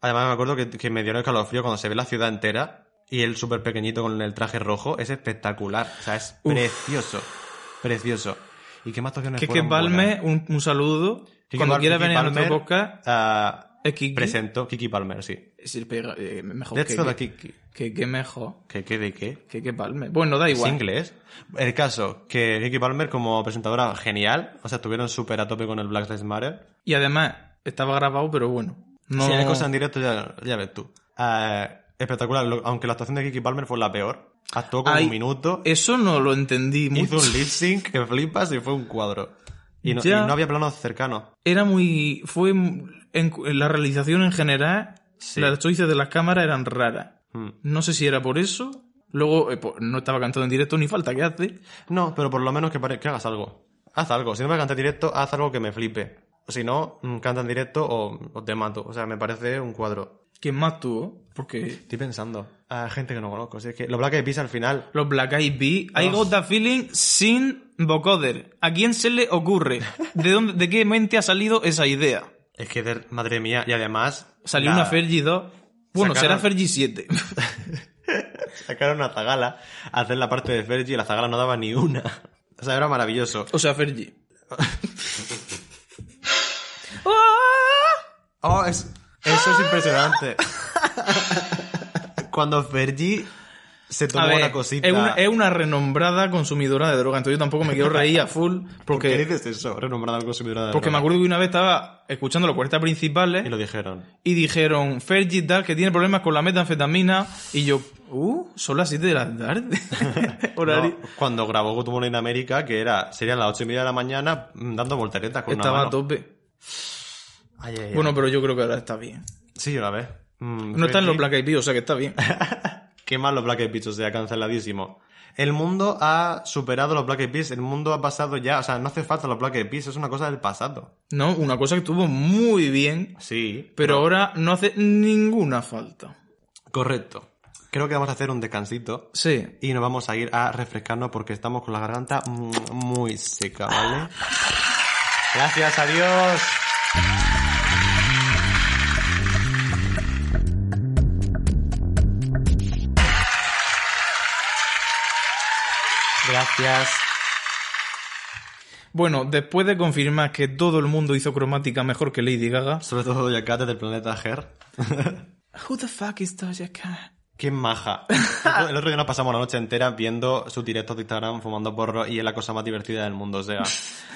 Además me acuerdo que, que me dieron escalofrío cuando se ve la ciudad entera y él súper pequeñito con el traje rojo. Es espectacular. O sea, es Uf. precioso. Precioso. ¿Y qué más actuaciones Que fueron Palme, buenas? un, un saludo. Kiki Cuando Pal- quiera Kiki venir a nuestro Palmer, podcast, ah, es Kiki. presentó Kiki Palmer, sí. Es el pega- eh, mejor Let's que, go the que, Kiki. que- que mejor. ¿Qué, qué, de qué? Que, que Palme. Bueno, da ¿Es igual. inglés? El caso, que Kiki Palmer como presentadora, genial. O sea, estuvieron súper a tope con el Black Lives Matter. Y además, estaba grabado, pero bueno. No... Si hay cosas en directo, ya, ya ves tú. Ah, espectacular. Lo- aunque la actuación de Kiki Palmer fue la peor. Actuó como Ay, eh, un minuto. Eso no lo entendí Hizo mucho. un lip sync que flipas y fue un cuadro. Y no, Ya. y no había planos cercanos. Era muy. Fue. En, en la realización en general, Sí. las choices de las cámaras eran raras. Mm. No sé si era por eso. Luego, eh, pues, no estaba cantando en directo, ni falta que hace. No, pero por lo menos que, pare- que hagas algo. Haz algo. Si no me cantas en directo, haz algo que me flipe. Si no, mm, canta en directo o, o te mato. O sea, me parece un cuadro. ¿Quién más tuvo? Porque. Estoy pensando. A gente que no conozco. Si es que los Black Eyed Peas al final. Los Black Eyed Peas, I got that feeling sin vocoder. ¿A quién se le ocurre? ¿De, dónde, ¿De qué mente ha salido esa idea? Es que, de- madre mía. Y además. Salió la- una Fergie 2. Bueno, será Sacaron- Fergie 7. Sacaron a Zagala a hacer la parte de Fergie y la Zagala no daba ni una. O sea, era maravilloso. o sea, Fergie. Oh, es- eso es impresionante. Cuando Fergie se A tomó ver, una cosita. Es una, es una renombrada consumidora de droga, entonces yo tampoco me quiero reír a full ¿Por qué porque, dices eso? Renombrada al consumidor de porque me droga. acuerdo que una vez estaba escuchando los 40 principales Y lo dijeron. y dijeron Fergie tal que tiene problemas con la metanfetamina y yo, uh, son las 7 de la tarde. Horario. No, cuando grabó Good Morning América, que era, serían las ocho y media de la mañana, mm, dando volteretas con Estaba una a mano. Eh, tope. Ay, ay, ay. Bueno, pero yo creo que ahora está bien. sí, yo la vez. Mm, No está en los Fergie, Black Eyed Peas, o sea que está bien. Qué mal los Black Eyed Peas, o sea, canceladísimo. El mundo ha superado los Black Eyed Peas, el mundo ha pasado ya, o sea, no hace falta los Black Eyed Peas, es una cosa del pasado. No, una cosa que estuvo muy bien, Sí. pero ahora no hace ninguna falta. Correcto. Creo que vamos a hacer un descansito Sí. y nos vamos a ir a refrescarnos porque estamos con la garganta mm, muy seca, ¿vale? Gracias, adiós. Gracias. Bueno, después de confirmar que todo el mundo hizo cromática mejor que Lady Gaga. Sobre todo Doja Cat del planeta Her. Who the fuck is Doja Cat? ¡Qué maja! El otro día nos pasamos la noche entera viendo sus directos de Instagram fumando porro y es la cosa más divertida del mundo, o sea...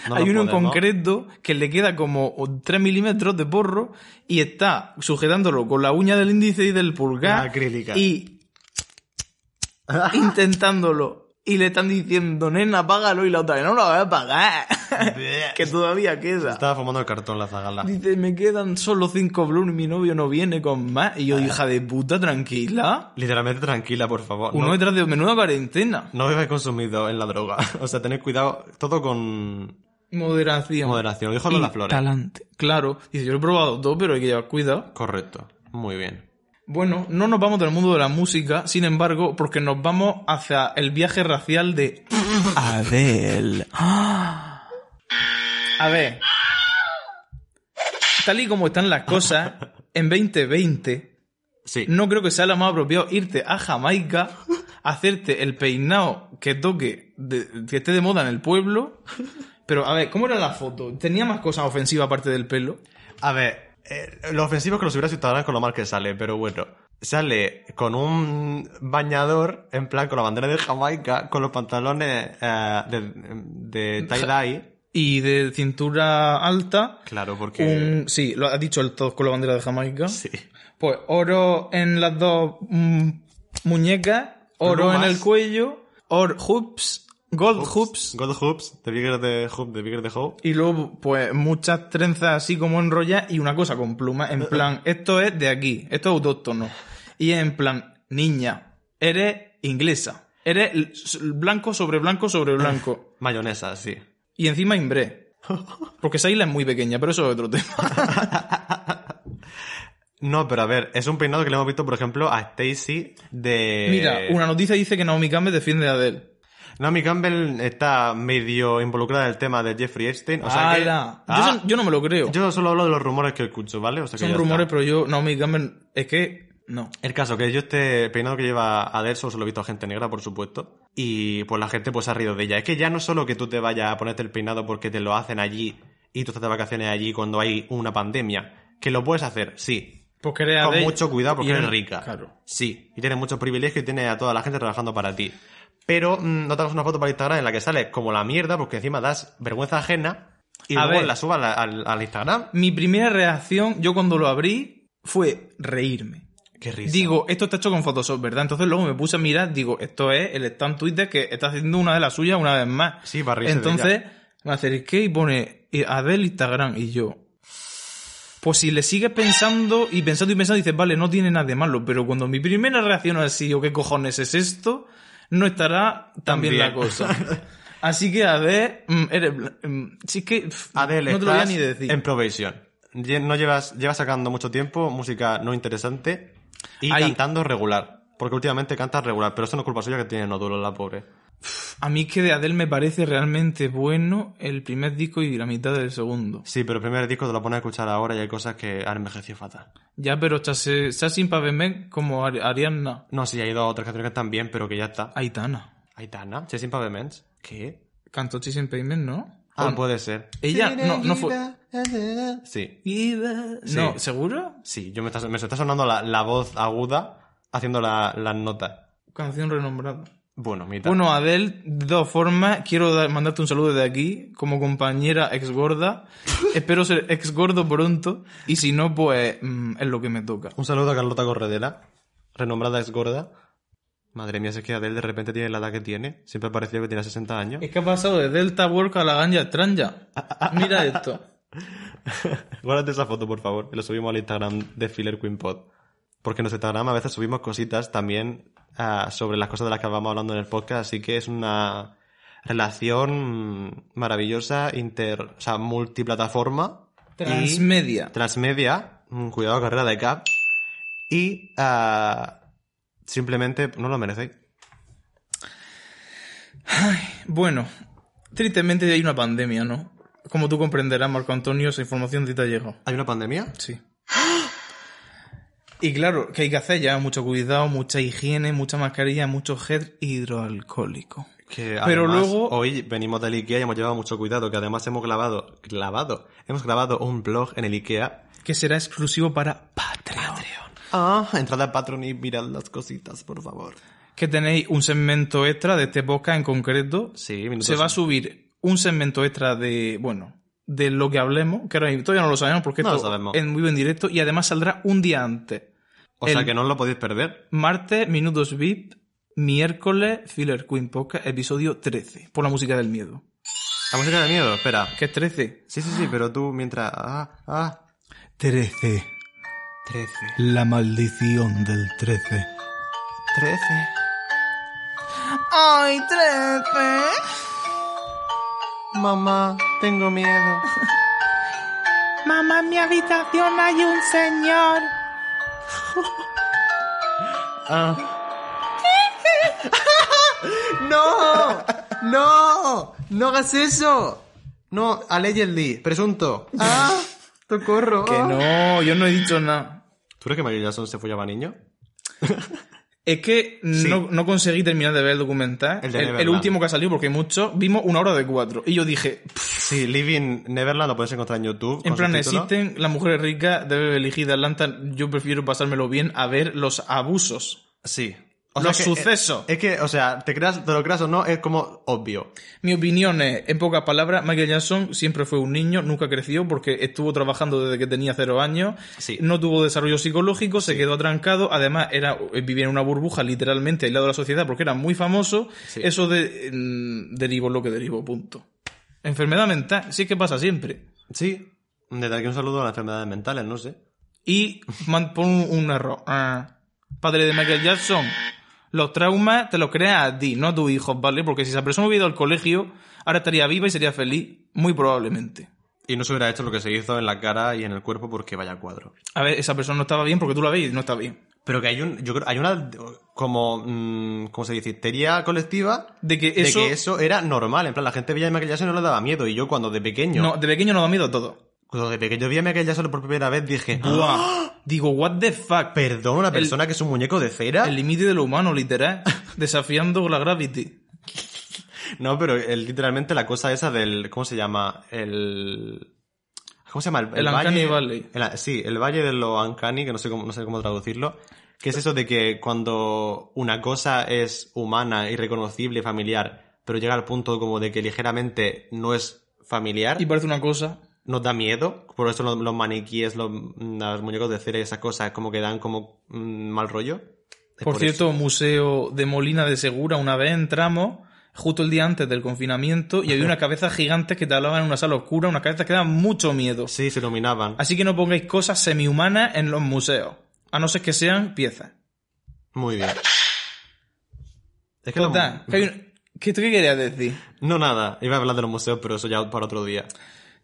no Hay nos uno en podemos. concreto que le queda como 3 milímetros de porro y está sujetándolo con la uña del índice y del pulgar. La acrílica. Y intentándolo. Y le están diciendo, nena, apágalo. Y la otra, no lo voy a apagar. que todavía queda. Estaba fumando el cartón la zagala. Dice, me quedan solo cinco blooms y mi novio no viene con más. Y yo, hija de puta, tranquila. Literalmente tranquila, por favor. Uno No, detrás de menuda cuarentena. no bebáis consumido en la droga. O sea, tened cuidado. Todo con Moderación. moderación. Lo Dijo Y Lola Flores. talante. Claro. Dice, yo lo he probado todo, pero hay que llevar cuidado. Correcto. Muy bien. Bueno, no nos vamos del mundo de la música, sin embargo, porque nos vamos hacia el viaje racial de Adele. Ah. A ver. Tal y como están las cosas, en 2020 Sí. no creo que sea lo más apropiado irte a Jamaica, hacerte el peinado que toque, de- que esté de moda en el pueblo. Pero, a ver, ¿cómo era la foto? ¿Tenía más cosas ofensivas aparte del pelo? A ver, eh, lo ofensivo es que los hubiera Instagram con lo mal que sale, pero bueno. Sale con un bañador, en plan con la bandera de Jamaica, con los pantalones eh, de, de tie-dye. Y de cintura alta, Claro, porque... un... Sí, lo ha dicho el todo con la bandera de Jamaica. Sí. Pues oro en las dos mm, muñecas, oro Plumas. en el cuello, or hoops, gold hoops. Gold hoops. The bigger the hoop, the bigger the hoop. Y luego, pues, muchas trenzas así como enrolladas y una cosa con plumas. Eh, En plan, esto es de aquí, esto es autóctono. Y en plan, niña, eres inglesa. Eres l- s- blanco sobre blanco sobre blanco. Mayonesa, sí. Y encima imbré. Porque esa isla es muy pequeña, pero eso es otro tema. No, pero a ver, es un peinado que le hemos visto, por ejemplo, a Stacy de. Mira, una noticia dice que Naomi Campbell defiende a Adele. Naomi Campbell está medio involucrada en el tema de Jeffrey Epstein. O sea que... ¡Hala! Yo Ah, eso- yo no me lo creo. yo solo hablo de los rumores que escucho, ¿vale? O sea que Son ya rumores, está. pero yo, Naomi Campbell, es que no. El caso que yo este peinado que lleva Adele solo se lo he visto a gente negra, por supuesto. Y pues la gente pues se ha rido de ella. Es que ya no solo que tú te vayas a ponerte el peinado porque te lo hacen allí y tú estás de vacaciones allí cuando hay una pandemia. Que lo puedes hacer, sí. Porque Pues eres con Adele mucho cuidado porque y eres rica. Claro. Sí, y tienes muchos privilegios y tienes a toda la gente trabajando para ti. Pero mm, no te hagas una foto para Instagram en la que sales como la mierda porque encima das vergüenza ajena y A luego ver. la subas al, al- al Instagram. Mi primera reacción, yo cuando lo abrí, fue reírme. Qué risa. Digo, esto está hecho con Photoshop, ¿verdad? Entonces luego me puse a mirar, digo, esto es el stand Twitter que está haciendo una de las suyas una vez más. Sí, para reírse de Entonces me acerqué y pone eh, Adele Instagram y yo. Pues si le sigues pensando y pensando y pensando, dices, vale, no tiene nada de malo, pero cuando mi primera reacción es así, o qué cojones es esto, no estará tan bien la También. cosa. Así que Adele, mm, eres, bla- mm, sí es que pff, Adele, no te lo voy a estás ni decir. En probation. Lle- No llevas, llevas sacando mucho tiempo, música no interesante y Ahí. cantando regular. Porque últimamente cantas regular, pero eso no es culpa suya que tiene nódulos la pobre. A mí que de Adele me parece realmente bueno el primer disco y la mitad del segundo. Sí, pero el primer disco te lo pones a escuchar ahora y hay cosas que han envejecido fatal. Ya, pero Chassin Pavement como Ari- Ariana No, sí, hay dos otras canciones que están bien, pero que ya está. Aitana. Aitana, Chasing Pavements. ¿Qué? Cantó Chasing Pavement, ¿no? Ah, Con- puede ser. Ella no, no fue. Sí, Sí. No, ¿seguro? sí, yo me está, me está sonando la, la voz aguda haciendo la- las notas. Canción renombrada. Bueno, mitad. Bueno, Adel, de todas formas, quiero dar- mandarte un saludo desde aquí, como compañera exgorda. Espero ser exgordo pronto, y si no, pues mm, es lo que me toca. Un saludo a Carlota Corredera, renombrada es gorda. Madre mía, si es que Adele de repente tiene la edad que tiene. Siempre ha parecido que tiene 60 años. Es que ha pasado de Delta Work a la ganja tranja. Mira esto. Guárdate esa foto, por favor. y Lo subimos al Instagram de Filler Queen Pod. Porque en nuestro Instagram a veces subimos cositas también ah, sobre las cosas de las que vamos hablando en el podcast. Así que es una relación maravillosa, inter, o sea, multiplataforma. y Transmedia. transmedia. mm, Cuidado, carrera de cap. Y ah, simplemente no lo merecéis. Bueno, tristemente hay una pandemia, ¿no? Como tú comprenderás, Marco Antonio, esa información de ti te ha llegado. ¿Hay una pandemia? Sí. Y claro, que hay que hacer ya mucho cuidado, mucha higiene, mucha mascarilla, mucho gel hidroalcohólico. Que Pero además, luego- hoy venimos del IKEA y hemos llevado mucho cuidado, que además hemos grabado, grabado, hemos grabado un blog en el IKEA. Que será exclusivo para Patreon. Ah, entrad a Patreon y mirad las cositas, por favor. Que tenéis un segmento extra de este podcast en concreto. Sí, minutos. Se va a subir un segmento extra de, bueno, de lo que hablemos, que ahora mismo todavía no lo sabemos porque No lo esto sabemos. es muy en directo y además saldrá un día antes. O sea el- que no os lo podéis perder. Martes, minutos VIP. Miércoles, Filler Queen Podcast, episodio 13. Por la música del miedo. La música de miedo, espera. ¿Qué es 13? Sí, sí, sí, pero tú mientras... Ah, ah. 13. 13. La maldición del 13. 13. ¡Ay, 13! Mamá, tengo miedo. Mamá, en mi habitación hay un señor. ¡No! ¡No! ¡No hagas eso! No, allegedly, presunto. ¡Ah! ¡Socorro! Que no, yo no he dicho nada. ¿Tú crees que Michael Jackson se follaba a niño? Es que no, no conseguí terminar de ver el documental. El El, de el Neverland. último que ha salido, porque hay muchos, vimos una hora de cuatro. Y yo dije, pff, Sí, Living Neverland lo puedes encontrar en YouTube. en con plan, subtítulos. existen las mujeres ricas de Beverly Hills, de Atlanta. Yo prefiero pasármelo bien a ver los abusos. Sí. los que- eh, sucesos. Es que, o sea, te, creas, te lo creas o no, es como obvio. Mi opinión es, en pocas palabras, Michael Jackson siempre fue un niño, nunca creció porque estuvo trabajando desde que tenía cero años, Sí. no tuvo desarrollo psicológico, se quedó atrancado, además era vivía en una burbuja literalmente aislado de la sociedad porque era muy famoso, Sí. eso de, mm, derivó lo que derivó, punto. Enfermedad mental, sí que pasa siempre. Sí. Desde aquí un saludo a las enfermedades mentales, no sé. Y man- pon un, un error. Ah. Padre de Michael Jackson, los traumas te los creas a ti, no a tus hijos, ¿vale? Porque si esa persona hubiera ido al colegio, ahora estaría viva y sería feliz, muy probablemente. Y no se hubiera hecho lo que se hizo en la cara y en el cuerpo porque vaya cuadro. A ver, esa persona no estaba bien porque tú la ves y no está bien. Pero que hay un, yo creo, hay una, como, mm, ¿cómo se dice? Histeria colectiva De que eso. de que eso era normal. En plan, la gente veía a Michael Jackson y no le daba miedo. Y yo cuando de pequeño, No, de pequeño nos da miedo todo. cuando de pequeño vi a Michael Jackson por primera vez, dije, Buah. "Ah, Digo, what the fuck. perdón, una persona que es un muñeco de cera. El límite de lo humano, literal. Desafiando la gravity. No, pero el- literalmente la cosa esa del, ¿cómo se llama? El... ¿Cómo se llama? El, El Uncanny Valley. el- sí, el valle de lo uncanny, que no sé cómo, no sé cómo traducirlo. Que es eso de que cuando una cosa es humana, irreconocible, familiar, pero llega al punto como de que ligeramente no es familiar. Y parece una cosa. nos da miedo. Por eso los, los maniquíes, los, mm, los muñecos de cera y esas cosas como que dan como mm, mal rollo. Es Por, por cierto, museo de Molina de Segura, una vez entramos, justo el día antes del confinamiento, y había unas cabezas gigantes que te hablaban en una sala oscura, unas cabezas que daban mucho miedo. eso. Sí, se iluminaban. Así que no pongáis cosas semi-humanas en los museos, a no ser que sean piezas. Muy bien. Es que los- Total, que Pues hay un- ¿Qué, ¿tú qué querías decir? No, nada. Iba a hablar de los museos, pero eso ya para otro día.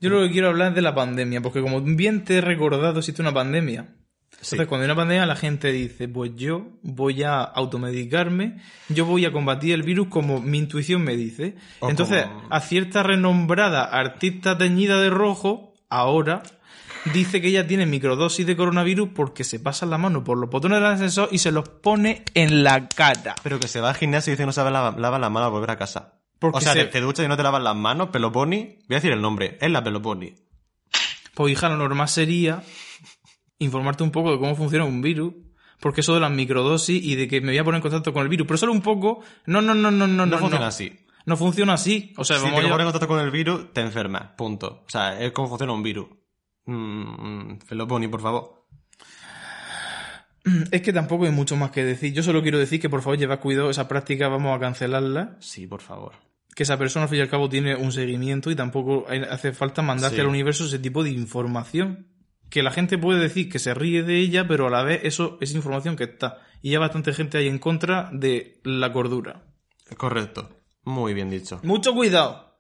Yo lo que quiero hablar es de la pandemia, porque como bien te he recordado, existe una pandemia. Sí. Entonces, cuando hay una pandemia, la gente dice, pues yo voy a automedicarme, yo voy a combatir el virus como mi intuición me dice. O Entonces, como- a cierta renombrada artista teñida de rojo, ahora, dice que ella tiene microdosis de coronavirus porque se pasa la mano por los botones del ascensor y se los pone en la cara. Pero que se va al gimnasio y dice que no se lava, lava las manos al volver a casa. Porque o sea, se- te, te duchas y no te lavas las manos, Peloponi. Voy a decir el nombre. Es la Peloponi. Pues hija, lo normal sería informarte un poco de cómo funciona un virus, porque eso de las microdosis y de que me voy a poner en contacto con el virus, pero solo un poco, no, no, no, no, no, No no. funciona así. No funciona así. O sea, si vamos te a pones en contacto con el virus, te enfermas. Punto. O sea, es como funciona un virus. Mm, mm, Feloponi, por favor. Es que tampoco hay mucho más que decir. Yo solo quiero decir que por favor llevad cuidado, esa práctica vamos a cancelarla. Sí, por favor. Que esa persona al fin y al cabo tiene un seguimiento y tampoco hay- hace falta mandarte Sí. al universo ese tipo de información. Que la gente puede decir que se ríe de ella, pero a la vez eso es información que está. Y ya bastante gente hay en contra de la cordura. Correcto. Muy bien dicho. Mucho cuidado.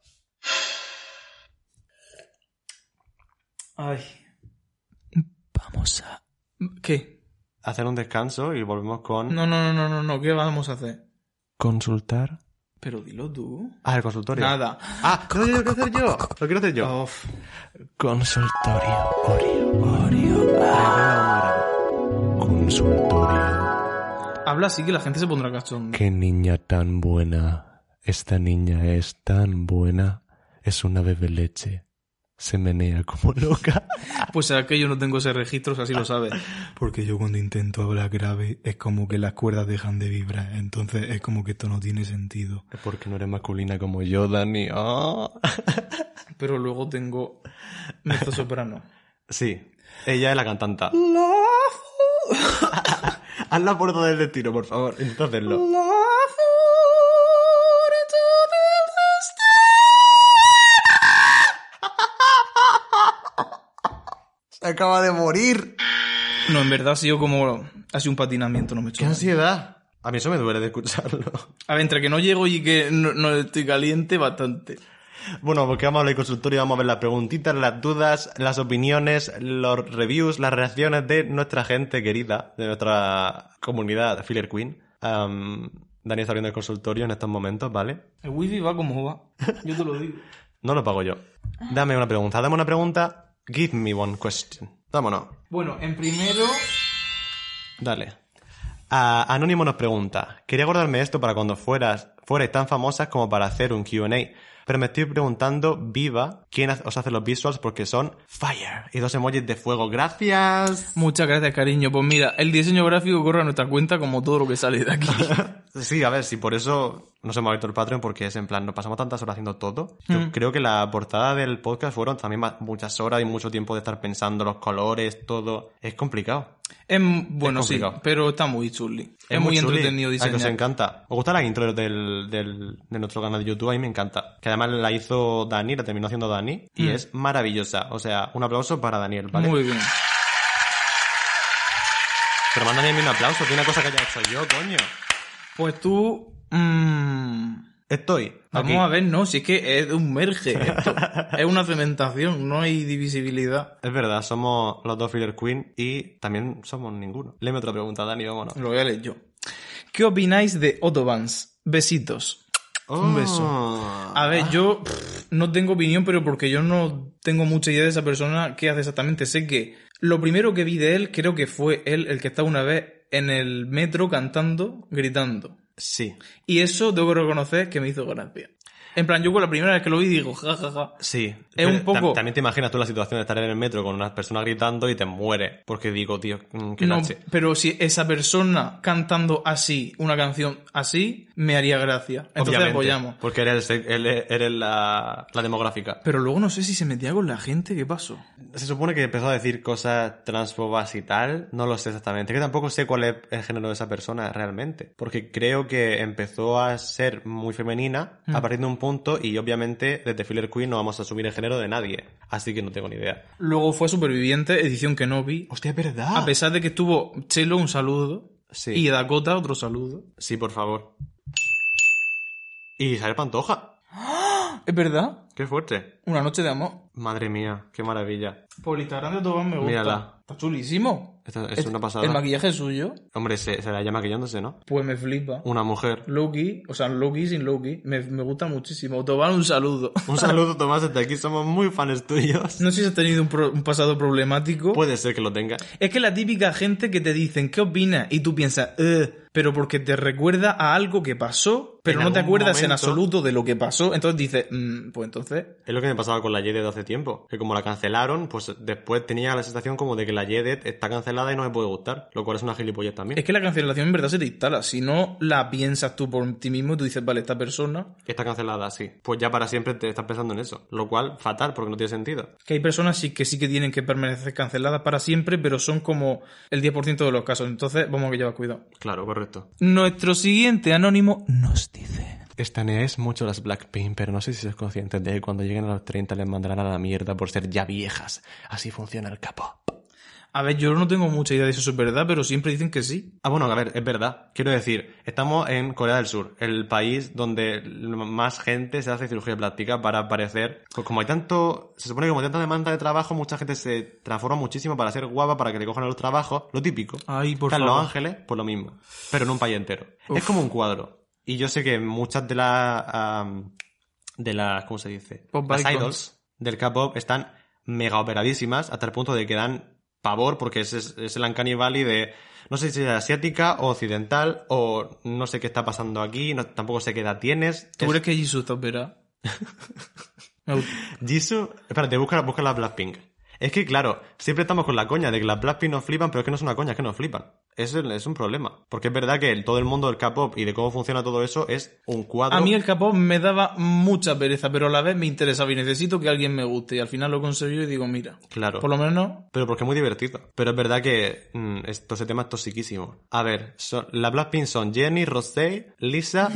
Ay. Vamos a. ¿Qué? Hacer un descanso y volvemos con No, no, no, no, no, no. ¿Qué vamos a hacer? consultar Pero dilo tú. al consultorio. Nada. Ah, no, yo lo quiero hacer yo. Lo quiero hacer yo. Uf. Consultorio. Oreo. Oreo. Ah, Consultorio. Habla así que la gente se pondrá cachonda. Qué niña tan buena. Esta niña es tan buena. Es una bebe leche. Se menea como loca. Pues será que yo no tengo ese registro, si así lo sabes. Porque yo cuando intento hablar grave es como que las cuerdas dejan de vibrar, entonces es como que esto no tiene sentido. Porque no eres masculina como yo, Dani. Ah. Pero luego tengo mezzo soprano. Sí. Ella es la cantanta. Haz la puerta del destino, por favor. Intenta hacerlo. Se acaba de morir. No, en verdad ha sido como. Ha sido un patinamiento, no me ¡Qué echo. ansiedad! A mí eso me duele de escucharlo. A ver, entre que no llego y que no, no estoy caliente, bastante. Bueno, porque vamos a hablar del consultorio, vamos a ver las preguntitas, las dudas, las opiniones, los reviews, las reacciones de nuestra gente querida, de nuestra comunidad Filler Queen. Am, Dani está abriendo el consultorio en estos momentos, ¿vale? El wifi va como va. Yo te lo digo. No lo pago yo. Dame una pregunta, dame una pregunta. Give me one question. Vámonos. Bueno, en primero. Dale. Ah, Anónimo nos pregunta, quería acordarme de esto para cuando fueras, fuerais tan famosas como para hacer un Q&A, pero me estoy preguntando, viva, quién ha- os hace los visuals porque son fire y dos emojis de fuego. Gracias. Muchas gracias, cariño. Pues mira, el diseño gráfico corre a nuestra cuenta como todo lo que sale de aquí. Sí, a ver, si por eso nos hemos abierto el Patreon porque es en plan, nos pasamos tantas horas haciendo todo. Yo Mm. creo que la portada del podcast fueron también ma- muchas horas y mucho tiempo de estar pensando los colores, todo. Es complicado. Es, bueno, Es sí, complicado. pero está muy chuli. Es, muy, chuli. entretenido Ay, que os diseñar. encanta. Os gusta la intro del, del- de nuestro canal de YouTube, a mí me encanta. Que además la hizo Dani, la terminó haciendo Dani, y Mm. es maravillosa. O sea, un aplauso para Daniel, ¿vale? Muy bien. Pero más Daniel un aplauso, que una cosa que haya hecho yo, coño. Pues tú. mm, Estoy. vamos aquí. a ver, no, si es que es un merge. esto. es una cementación, no hay divisibilidad. Es verdad, somos los dos Filler Queen y también somos ninguno. Léeme otra pregunta, Dani, vámonos. Lo voy a leer yo. ¿Qué opináis de Otobans? Besitos. Un beso. Oh. A Ah. ver, yo pff, no tengo opinión, pero porque yo no tengo mucha idea de esa persona, qué hace exactamente. Sé que lo primero que vi de él, creo que fue él el que estaba una vez en el metro cantando, gritando. Sí. Y eso debo reconocer que me hizo gracia. En plan, yo con la primera vez que lo vi digo, jajaja. Sí. Es un Pero poco- tam- También te imaginas tú la situación de estar en el metro con unas personas gritando y te mueres. Porque digo, tío, mm, qué No, lache. pero si esa persona cantando así, una canción así, me haría gracia. Entonces pues, Obviamente, apoyamos. Porque eres, el sec- el- eres la, la demográfica. Pero luego no sé si se metía con la gente, ¿qué pasó? Se supone que empezó a decir cosas transfobas y tal. No lo sé exactamente. Que tampoco sé cuál es el género de esa persona realmente. Porque creo que empezó a ser muy femenina a partir de un punto. Y obviamente desde Filler Queen no vamos a asumir el género de nadie. Así que no tengo ni idea. Luego fue Superviviente, edición que no vi. Hostia, es verdad. A pesar de que estuvo Chelo, un saludo. Ah. Sí. Y Dakota, otro saludo. Sí, por favor. Y Isabel Pantoja. Ah, ¿Es verdad? Qué fuerte. Una noche de amor. Madre mía, qué maravilla. Por el Instagram de Tobán me gusta. Mírala. Está chulísimo. Esto es una pasada. El maquillaje es suyo, Hombre, se, se la llama maquillándose, ¿no? pues me flipa. Una mujer. Loki, o sea, Loki sin Loki, me, me gusta muchísimo. Tobán, un saludo. Un saludo, Tomás, desde aquí somos muy fans tuyos. No sé si has tenido un, pro- un pasado problemático. Puede ser que lo tenga. Es que la típica gente que te dicen, ¿qué opinas? Y tú piensas, "Eh", pero porque te recuerda a algo que pasó, pero En no te algún acuerdas en momento- absoluto de lo que pasó. Entonces dices, "Mm, pues entonces. Es lo que me pasaba con la Jedi de hace tiempo. Que como la cancelaron, pues después tenía la sensación como de que la Jedi está nada y no me puede gustar, lo cual es una gilipollez también. Es que la cancelación en verdad se te instala. Si no la piensas tú por ti mismo, tú dices, vale, esta persona. Está cancelada, sí. Pues ya para siempre te estás pensando en eso, lo cual fatal porque no tiene sentido. Que hay personas sí que sí que tienen que permanecer canceladas para siempre, pero son como el 10% de los casos. Entonces, vamos a que llevar cuidado. Claro, correcto. Nuestro siguiente anónimo nos dice. Estaneáis mucho las Blackpink, pero no sé si sois conscientes de que cuando lleguen a los 30 les mandarán a la mierda por ser ya viejas. Así funciona el capo. A ver, yo no tengo mucha idea de si eso es verdad, pero siempre dicen que sí. Ah, bueno, a ver, es verdad. Quiero decir, estamos en Corea del Sur, el país donde más gente se hace cirugía plástica para parecer. Pues como hay tanto. Se supone que como hay tanta demanda de trabajo, mucha gente se transforma muchísimo para ser guapa, para que le cojan los trabajos, lo típico. Ay, por Está en Los favor. Ángeles, pues lo mismo. Pero en un país entero. Uf. Es como un cuadro. Y yo sé que muchas de las. am, de las. ¿Cómo se dice? Pop las icons. idols del K-pop están mega operadísimas hasta el punto de que dan pavor porque es, es- es el Uncanny Valley de. No sé si es asiática o occidental o no sé qué está pasando aquí, no- tampoco sé qué edad tienes. ¿Tú Es- crees que Jisoo está operada? Me gusta. Jisoo, espérate, busca, busca las Blackpink. Es que, claro, siempre estamos con la coña de que las Blackpink nos flipan, pero es que no es una coña, es que nos flipan. Eso es, es un problema. Porque es verdad que el- todo el mundo del K-pop y de cómo funciona todo eso es un cuadro. A mí el capó me daba mucha pereza, pero a la vez me interesaba y necesito que alguien me guste. Y al final lo conseguí y digo, mira, Claro. por lo menos Pero porque es muy divertido. Pero es verdad que mm, esto, ese tema es toxiquísimo. A ver, son- las Blackpink son Jenny, Rosé, Lisa,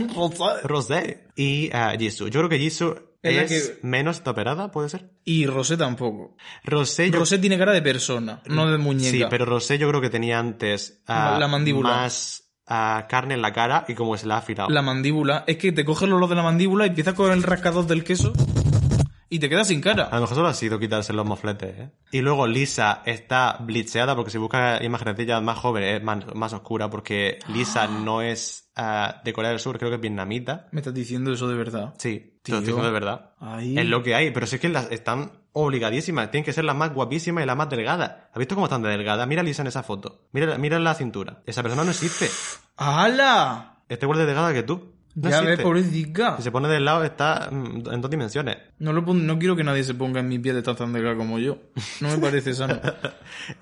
Rosé y ah, Jisoo. Yo creo que Jisoo Es la es, menos operada, ¿puede ser? Y Rosé tampoco. Rosé, yo Rosé tiene cara de persona, no de muñeca. Mm, Sí, pero Rosé yo creo que tenía antes ah, La mandíbula. más ah, carne en la cara y como que se la ha afilado. La mandíbula. Es que te coges los de la mandíbula y empiezas con el rascador del queso y te quedas sin A cara. lo mejor solo ha sido quitarse los mofletes, ¿eh? Y luego Lisa está blitzeada porque si busca imágenes de ella más joven es más, más oscura porque Lisa no es ah, de Corea del Sur, creo que es vietnamita. Me estás diciendo eso de verdad. Sí, te Tío. lo estoy diciendo de verdad. Ay. Es lo que hay, pero si es que las están obligadísimas, tienen que ser las más guapísimas y las más delgadas. ¿Has visto cómo están de delgada? Mira a Lisa en esa foto. Mira, mira la cintura. Esa persona no existe. ¡Hala! Está igual de delgada que tú. No ya ves, existe. pobrecita. Si se pone del lado está mm, en dos dimensiones. No, lo pon- no quiero que nadie se ponga en mi piel de tan tan delgada como yo. No me parece sano.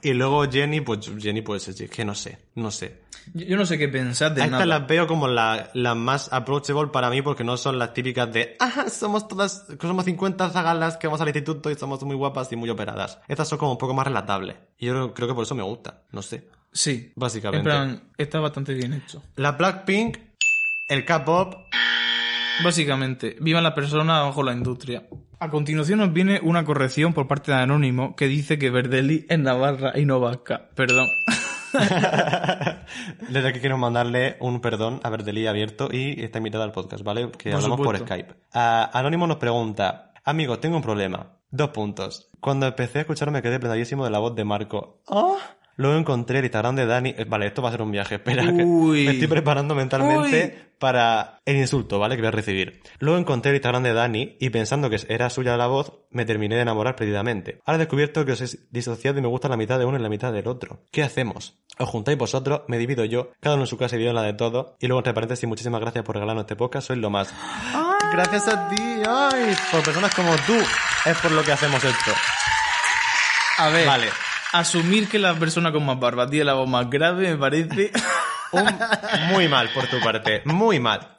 Y luego Jenny, pues Jenny pues es que no sé, no sé. Yo yo no sé qué pensar de A nada. estas las veo como la- las más approachable para mí porque no son las típicas de, ah, somos todas, somos 50 zagalas que vamos al instituto y somos muy guapas y muy operadas. Estas son como un poco más relatables. Y yo creo que por eso me gusta, no sé, Sí. En básicamente. plan, está bastante bien hecho. La Blackpink, el K-pop, Básicamente, vivan las personas bajo la industria. A continuación nos viene una corrección por parte de Anónimo que dice que Verdeli es Navarra y no Vasca. Perdón. Desde aquí quiero mandarle un perdón a Bertelí abierto y está invitada al podcast, ¿vale? Que Por hablamos supuesto. por Skype. Ah, Anónimo nos pregunta, amigo, tengo un problema. Dos puntos. Cuando empecé a escucharlo me quedé pletadísimo de la voz de Marco. Ah. Luego encontré el Instagram de Dani. Eh, Vale, esto va a ser un viaje, espera. que Uy. me estoy preparando mentalmente para el insulto, ¿vale? Que voy a recibir. Luego encontré el Instagram de Dani y pensando que era suya la voz, me terminé de enamorar perdidamente. Ahora he descubierto que os he disociado y me gusta la mitad de uno y la mitad del otro. ¿Qué hacemos? Os juntáis vosotros, me divido yo, cada uno en su casa y yo en la de todos. Y luego entre paréntesis, muchísimas gracias por regalarnos este podcast, sois lo más. Gracias a ti, ay, por personas como tú, es por lo que hacemos esto. A ver, Vale. asumir que la persona con más barba tiene la voz más grave me parece... Un- muy mal por tu parte, muy mal.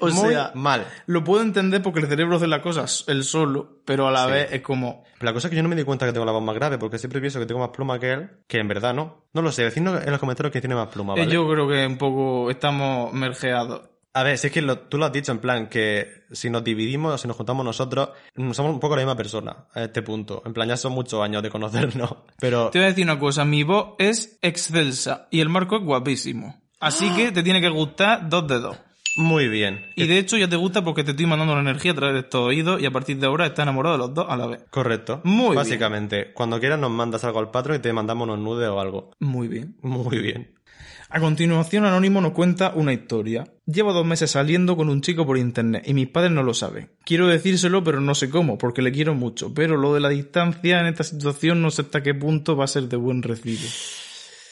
O muy sea- mal. Lo puedo entender porque el cerebro hace las cosas él solo, pero a la vez es como... Pero La cosa es que yo no me di cuenta que tengo la voz más grave, porque siempre pienso que tengo más pluma que él, que en verdad no. No lo sé, decidnos en los comentarios que tiene más pluma, eh, Ah, ¿vale? Yo creo que un poco estamos mergeados. A ver, si es que lo- tú lo has dicho en plan, que si nos dividimos o si nos juntamos nosotros, mm, somos un poco la misma persona a este punto. En plan, ya son muchos años de conocernos. Pero Te voy a decir una cosa, mi voz es excelsa y el marco es guapísimo. Así que te tiene que gustar dos de dos. muy bien. Y de hecho ya te gusta porque te estoy mandando la energía a través de estos oídos y a partir de ahora estás enamorado de los dos a la vez. Correcto. Muy bien. Básicamente, cuando quieras nos mandas algo al patro y te mandamos unos nudes o algo. Muy bien. Muy bien. A continuación, Anónimo nos cuenta una historia. Llevo dos meses saliendo con un chico por internet y mis padres no lo saben. Quiero decírselo, pero no sé cómo, porque le quiero mucho. Pero lo de la distancia en esta situación no sé hasta qué punto va a ser de buen recibo.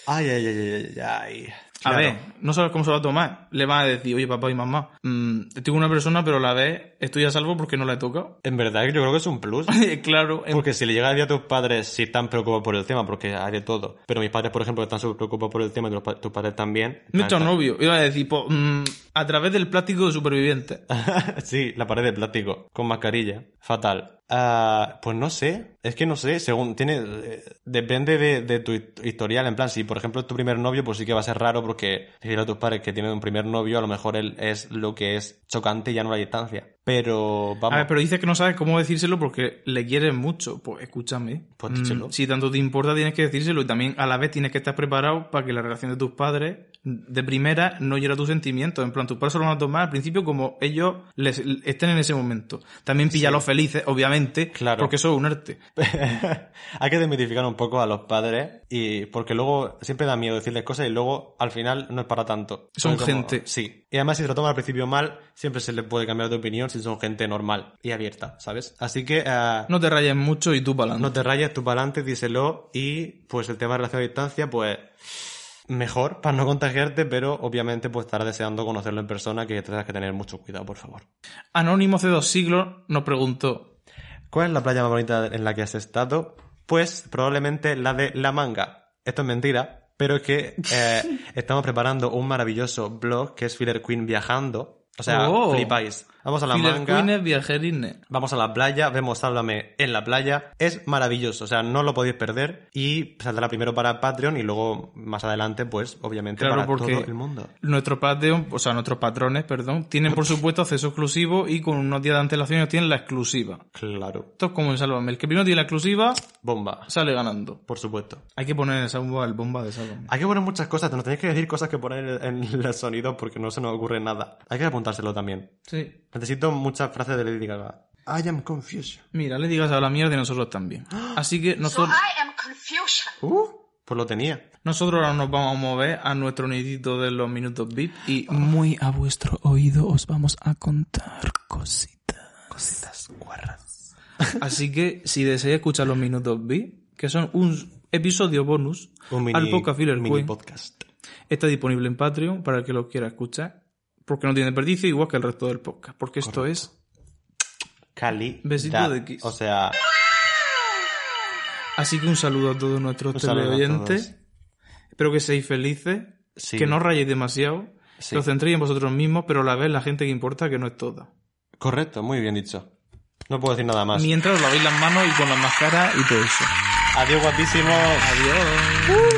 Ay, ay, ay, ay, ay. A Claro. ver, no sabes cómo se va a tomar. Le vas a decir, oye, papá y mamá, mm, estoy con una persona, pero a la vez estoy a salvo porque no la he tocado. En verdad, yo creo que es un plus. claro, en- Porque si le llega a decir a tus padres si están preocupados por el tema, porque hay de todo. Pero mis padres, por ejemplo, están súper preocupados por el tema y los pa- tus padres también. me he hecho Están- novio. Iba a decir, po, mm, a través del plástico de superviviente. Ah. sí, la pared de plástico, con mascarilla. Fatal. Ah, pues no sé, es que no sé, según tiene. eh, depende de, de tu hi- historial. En plan, si por ejemplo es tu primer novio, pues sí que va a ser raro porque decirle a tus padres que tienen un primer novio, a lo mejor él es lo que es chocante y ya no la distancia. Pero vamos. A ver, pero dices que no sabes cómo decírselo porque le quieres mucho. Pues escúchame. Pues Mm, díselo. si tanto te importa, tienes que decírselo. Y también a la vez tienes que estar preparado para que la relación de tus padres de primera no hiera tus sentimientos. En plan, tus padres solo van a tomar al principio como ellos les, estén en ese momento. También píllalos felices, obviamente. Claro. Porque eso es un arte. Hay que desmitificar un poco a los padres y porque luego siempre da miedo decirles cosas y luego al final no es para tanto. Son Porque como- gente. sí. Y además si se lo toman al principio mal, siempre se les puede cambiar de opinión si son gente normal y abierta, ¿sabes? Así que eh, no. No te rayes mucho y tú para adelante. te rayes, tú para adelante, díselo y pues el tema de relación a distancia, pues mejor para no contagiarte, pero obviamente pues estarás deseando conocerlo en persona que tendrás que tener mucho cuidado, por favor. Anónimo hace dos siglos nos preguntó. ¿Cuál es la playa más bonita en la que has estado? Pues probablemente la de La Manga. Esto es mentira, pero es que eh, estamos preparando un maravilloso blog que es Filler Queen viajando. O sea, Oh. flipáis. Vamos a La Y del Manga. Queen es viajerines. Vamos a la playa, vemos Sálvame en la playa. Es maravilloso, o sea, no lo podéis perder. Y saldrá primero para Patreon y luego más adelante, pues, obviamente, Claro, para porque- todo el mundo. Nuestro Patreon, o sea, nuestros patrones, perdón, tienen por supuesto acceso exclusivo y con unos días de antelación ellos tienen la exclusiva. Claro. Esto es como en Sálvame. El que primero tiene la exclusiva Bomba, sale ganando. por supuesto. Hay que poner esa bomba, el bomba de Sálvame. Hay que poner muchas cosas, nos tenéis que decir cosas que poner en los sonidos porque no se nos ocurre nada. Hay que apuntárselo también. Sí. Necesito muchas frases de Lady Gaga. I am confusion. Mira, le digas a la mierda y nosotros también. ¡Ah! Así que So nosotros, I am confusion. Uh, pues lo tenía. nosotros ahora nos vamos a mover a nuestro nidito de los minutos VIP y Ah. muy a vuestro oído os vamos a contar cositas. Cositas guarras. Así que si deseáis escuchar los minutos VIP, que son un episodio bonus Un mini, al podcast Filler mini Queen, podcast. está disponible en Patreon para el que lo quiera escuchar, porque no tiene desperdicio, igual que el resto del podcast, porque esto es... Cali. Besito de kiss. O sea, Así que un saludo a todos nuestros Un saludo a teleoyentes. Espero que seáis felices, Sí. que no os rayéis demasiado, Sí. que os centréis en vosotros mismos, pero a la vez la gente que importa que no es toda. correcto, muy bien dicho. No puedo decir nada más. Mientras os lavéis las manos y con las máscaras y todo eso. Adiós, guapísimos. Adiós.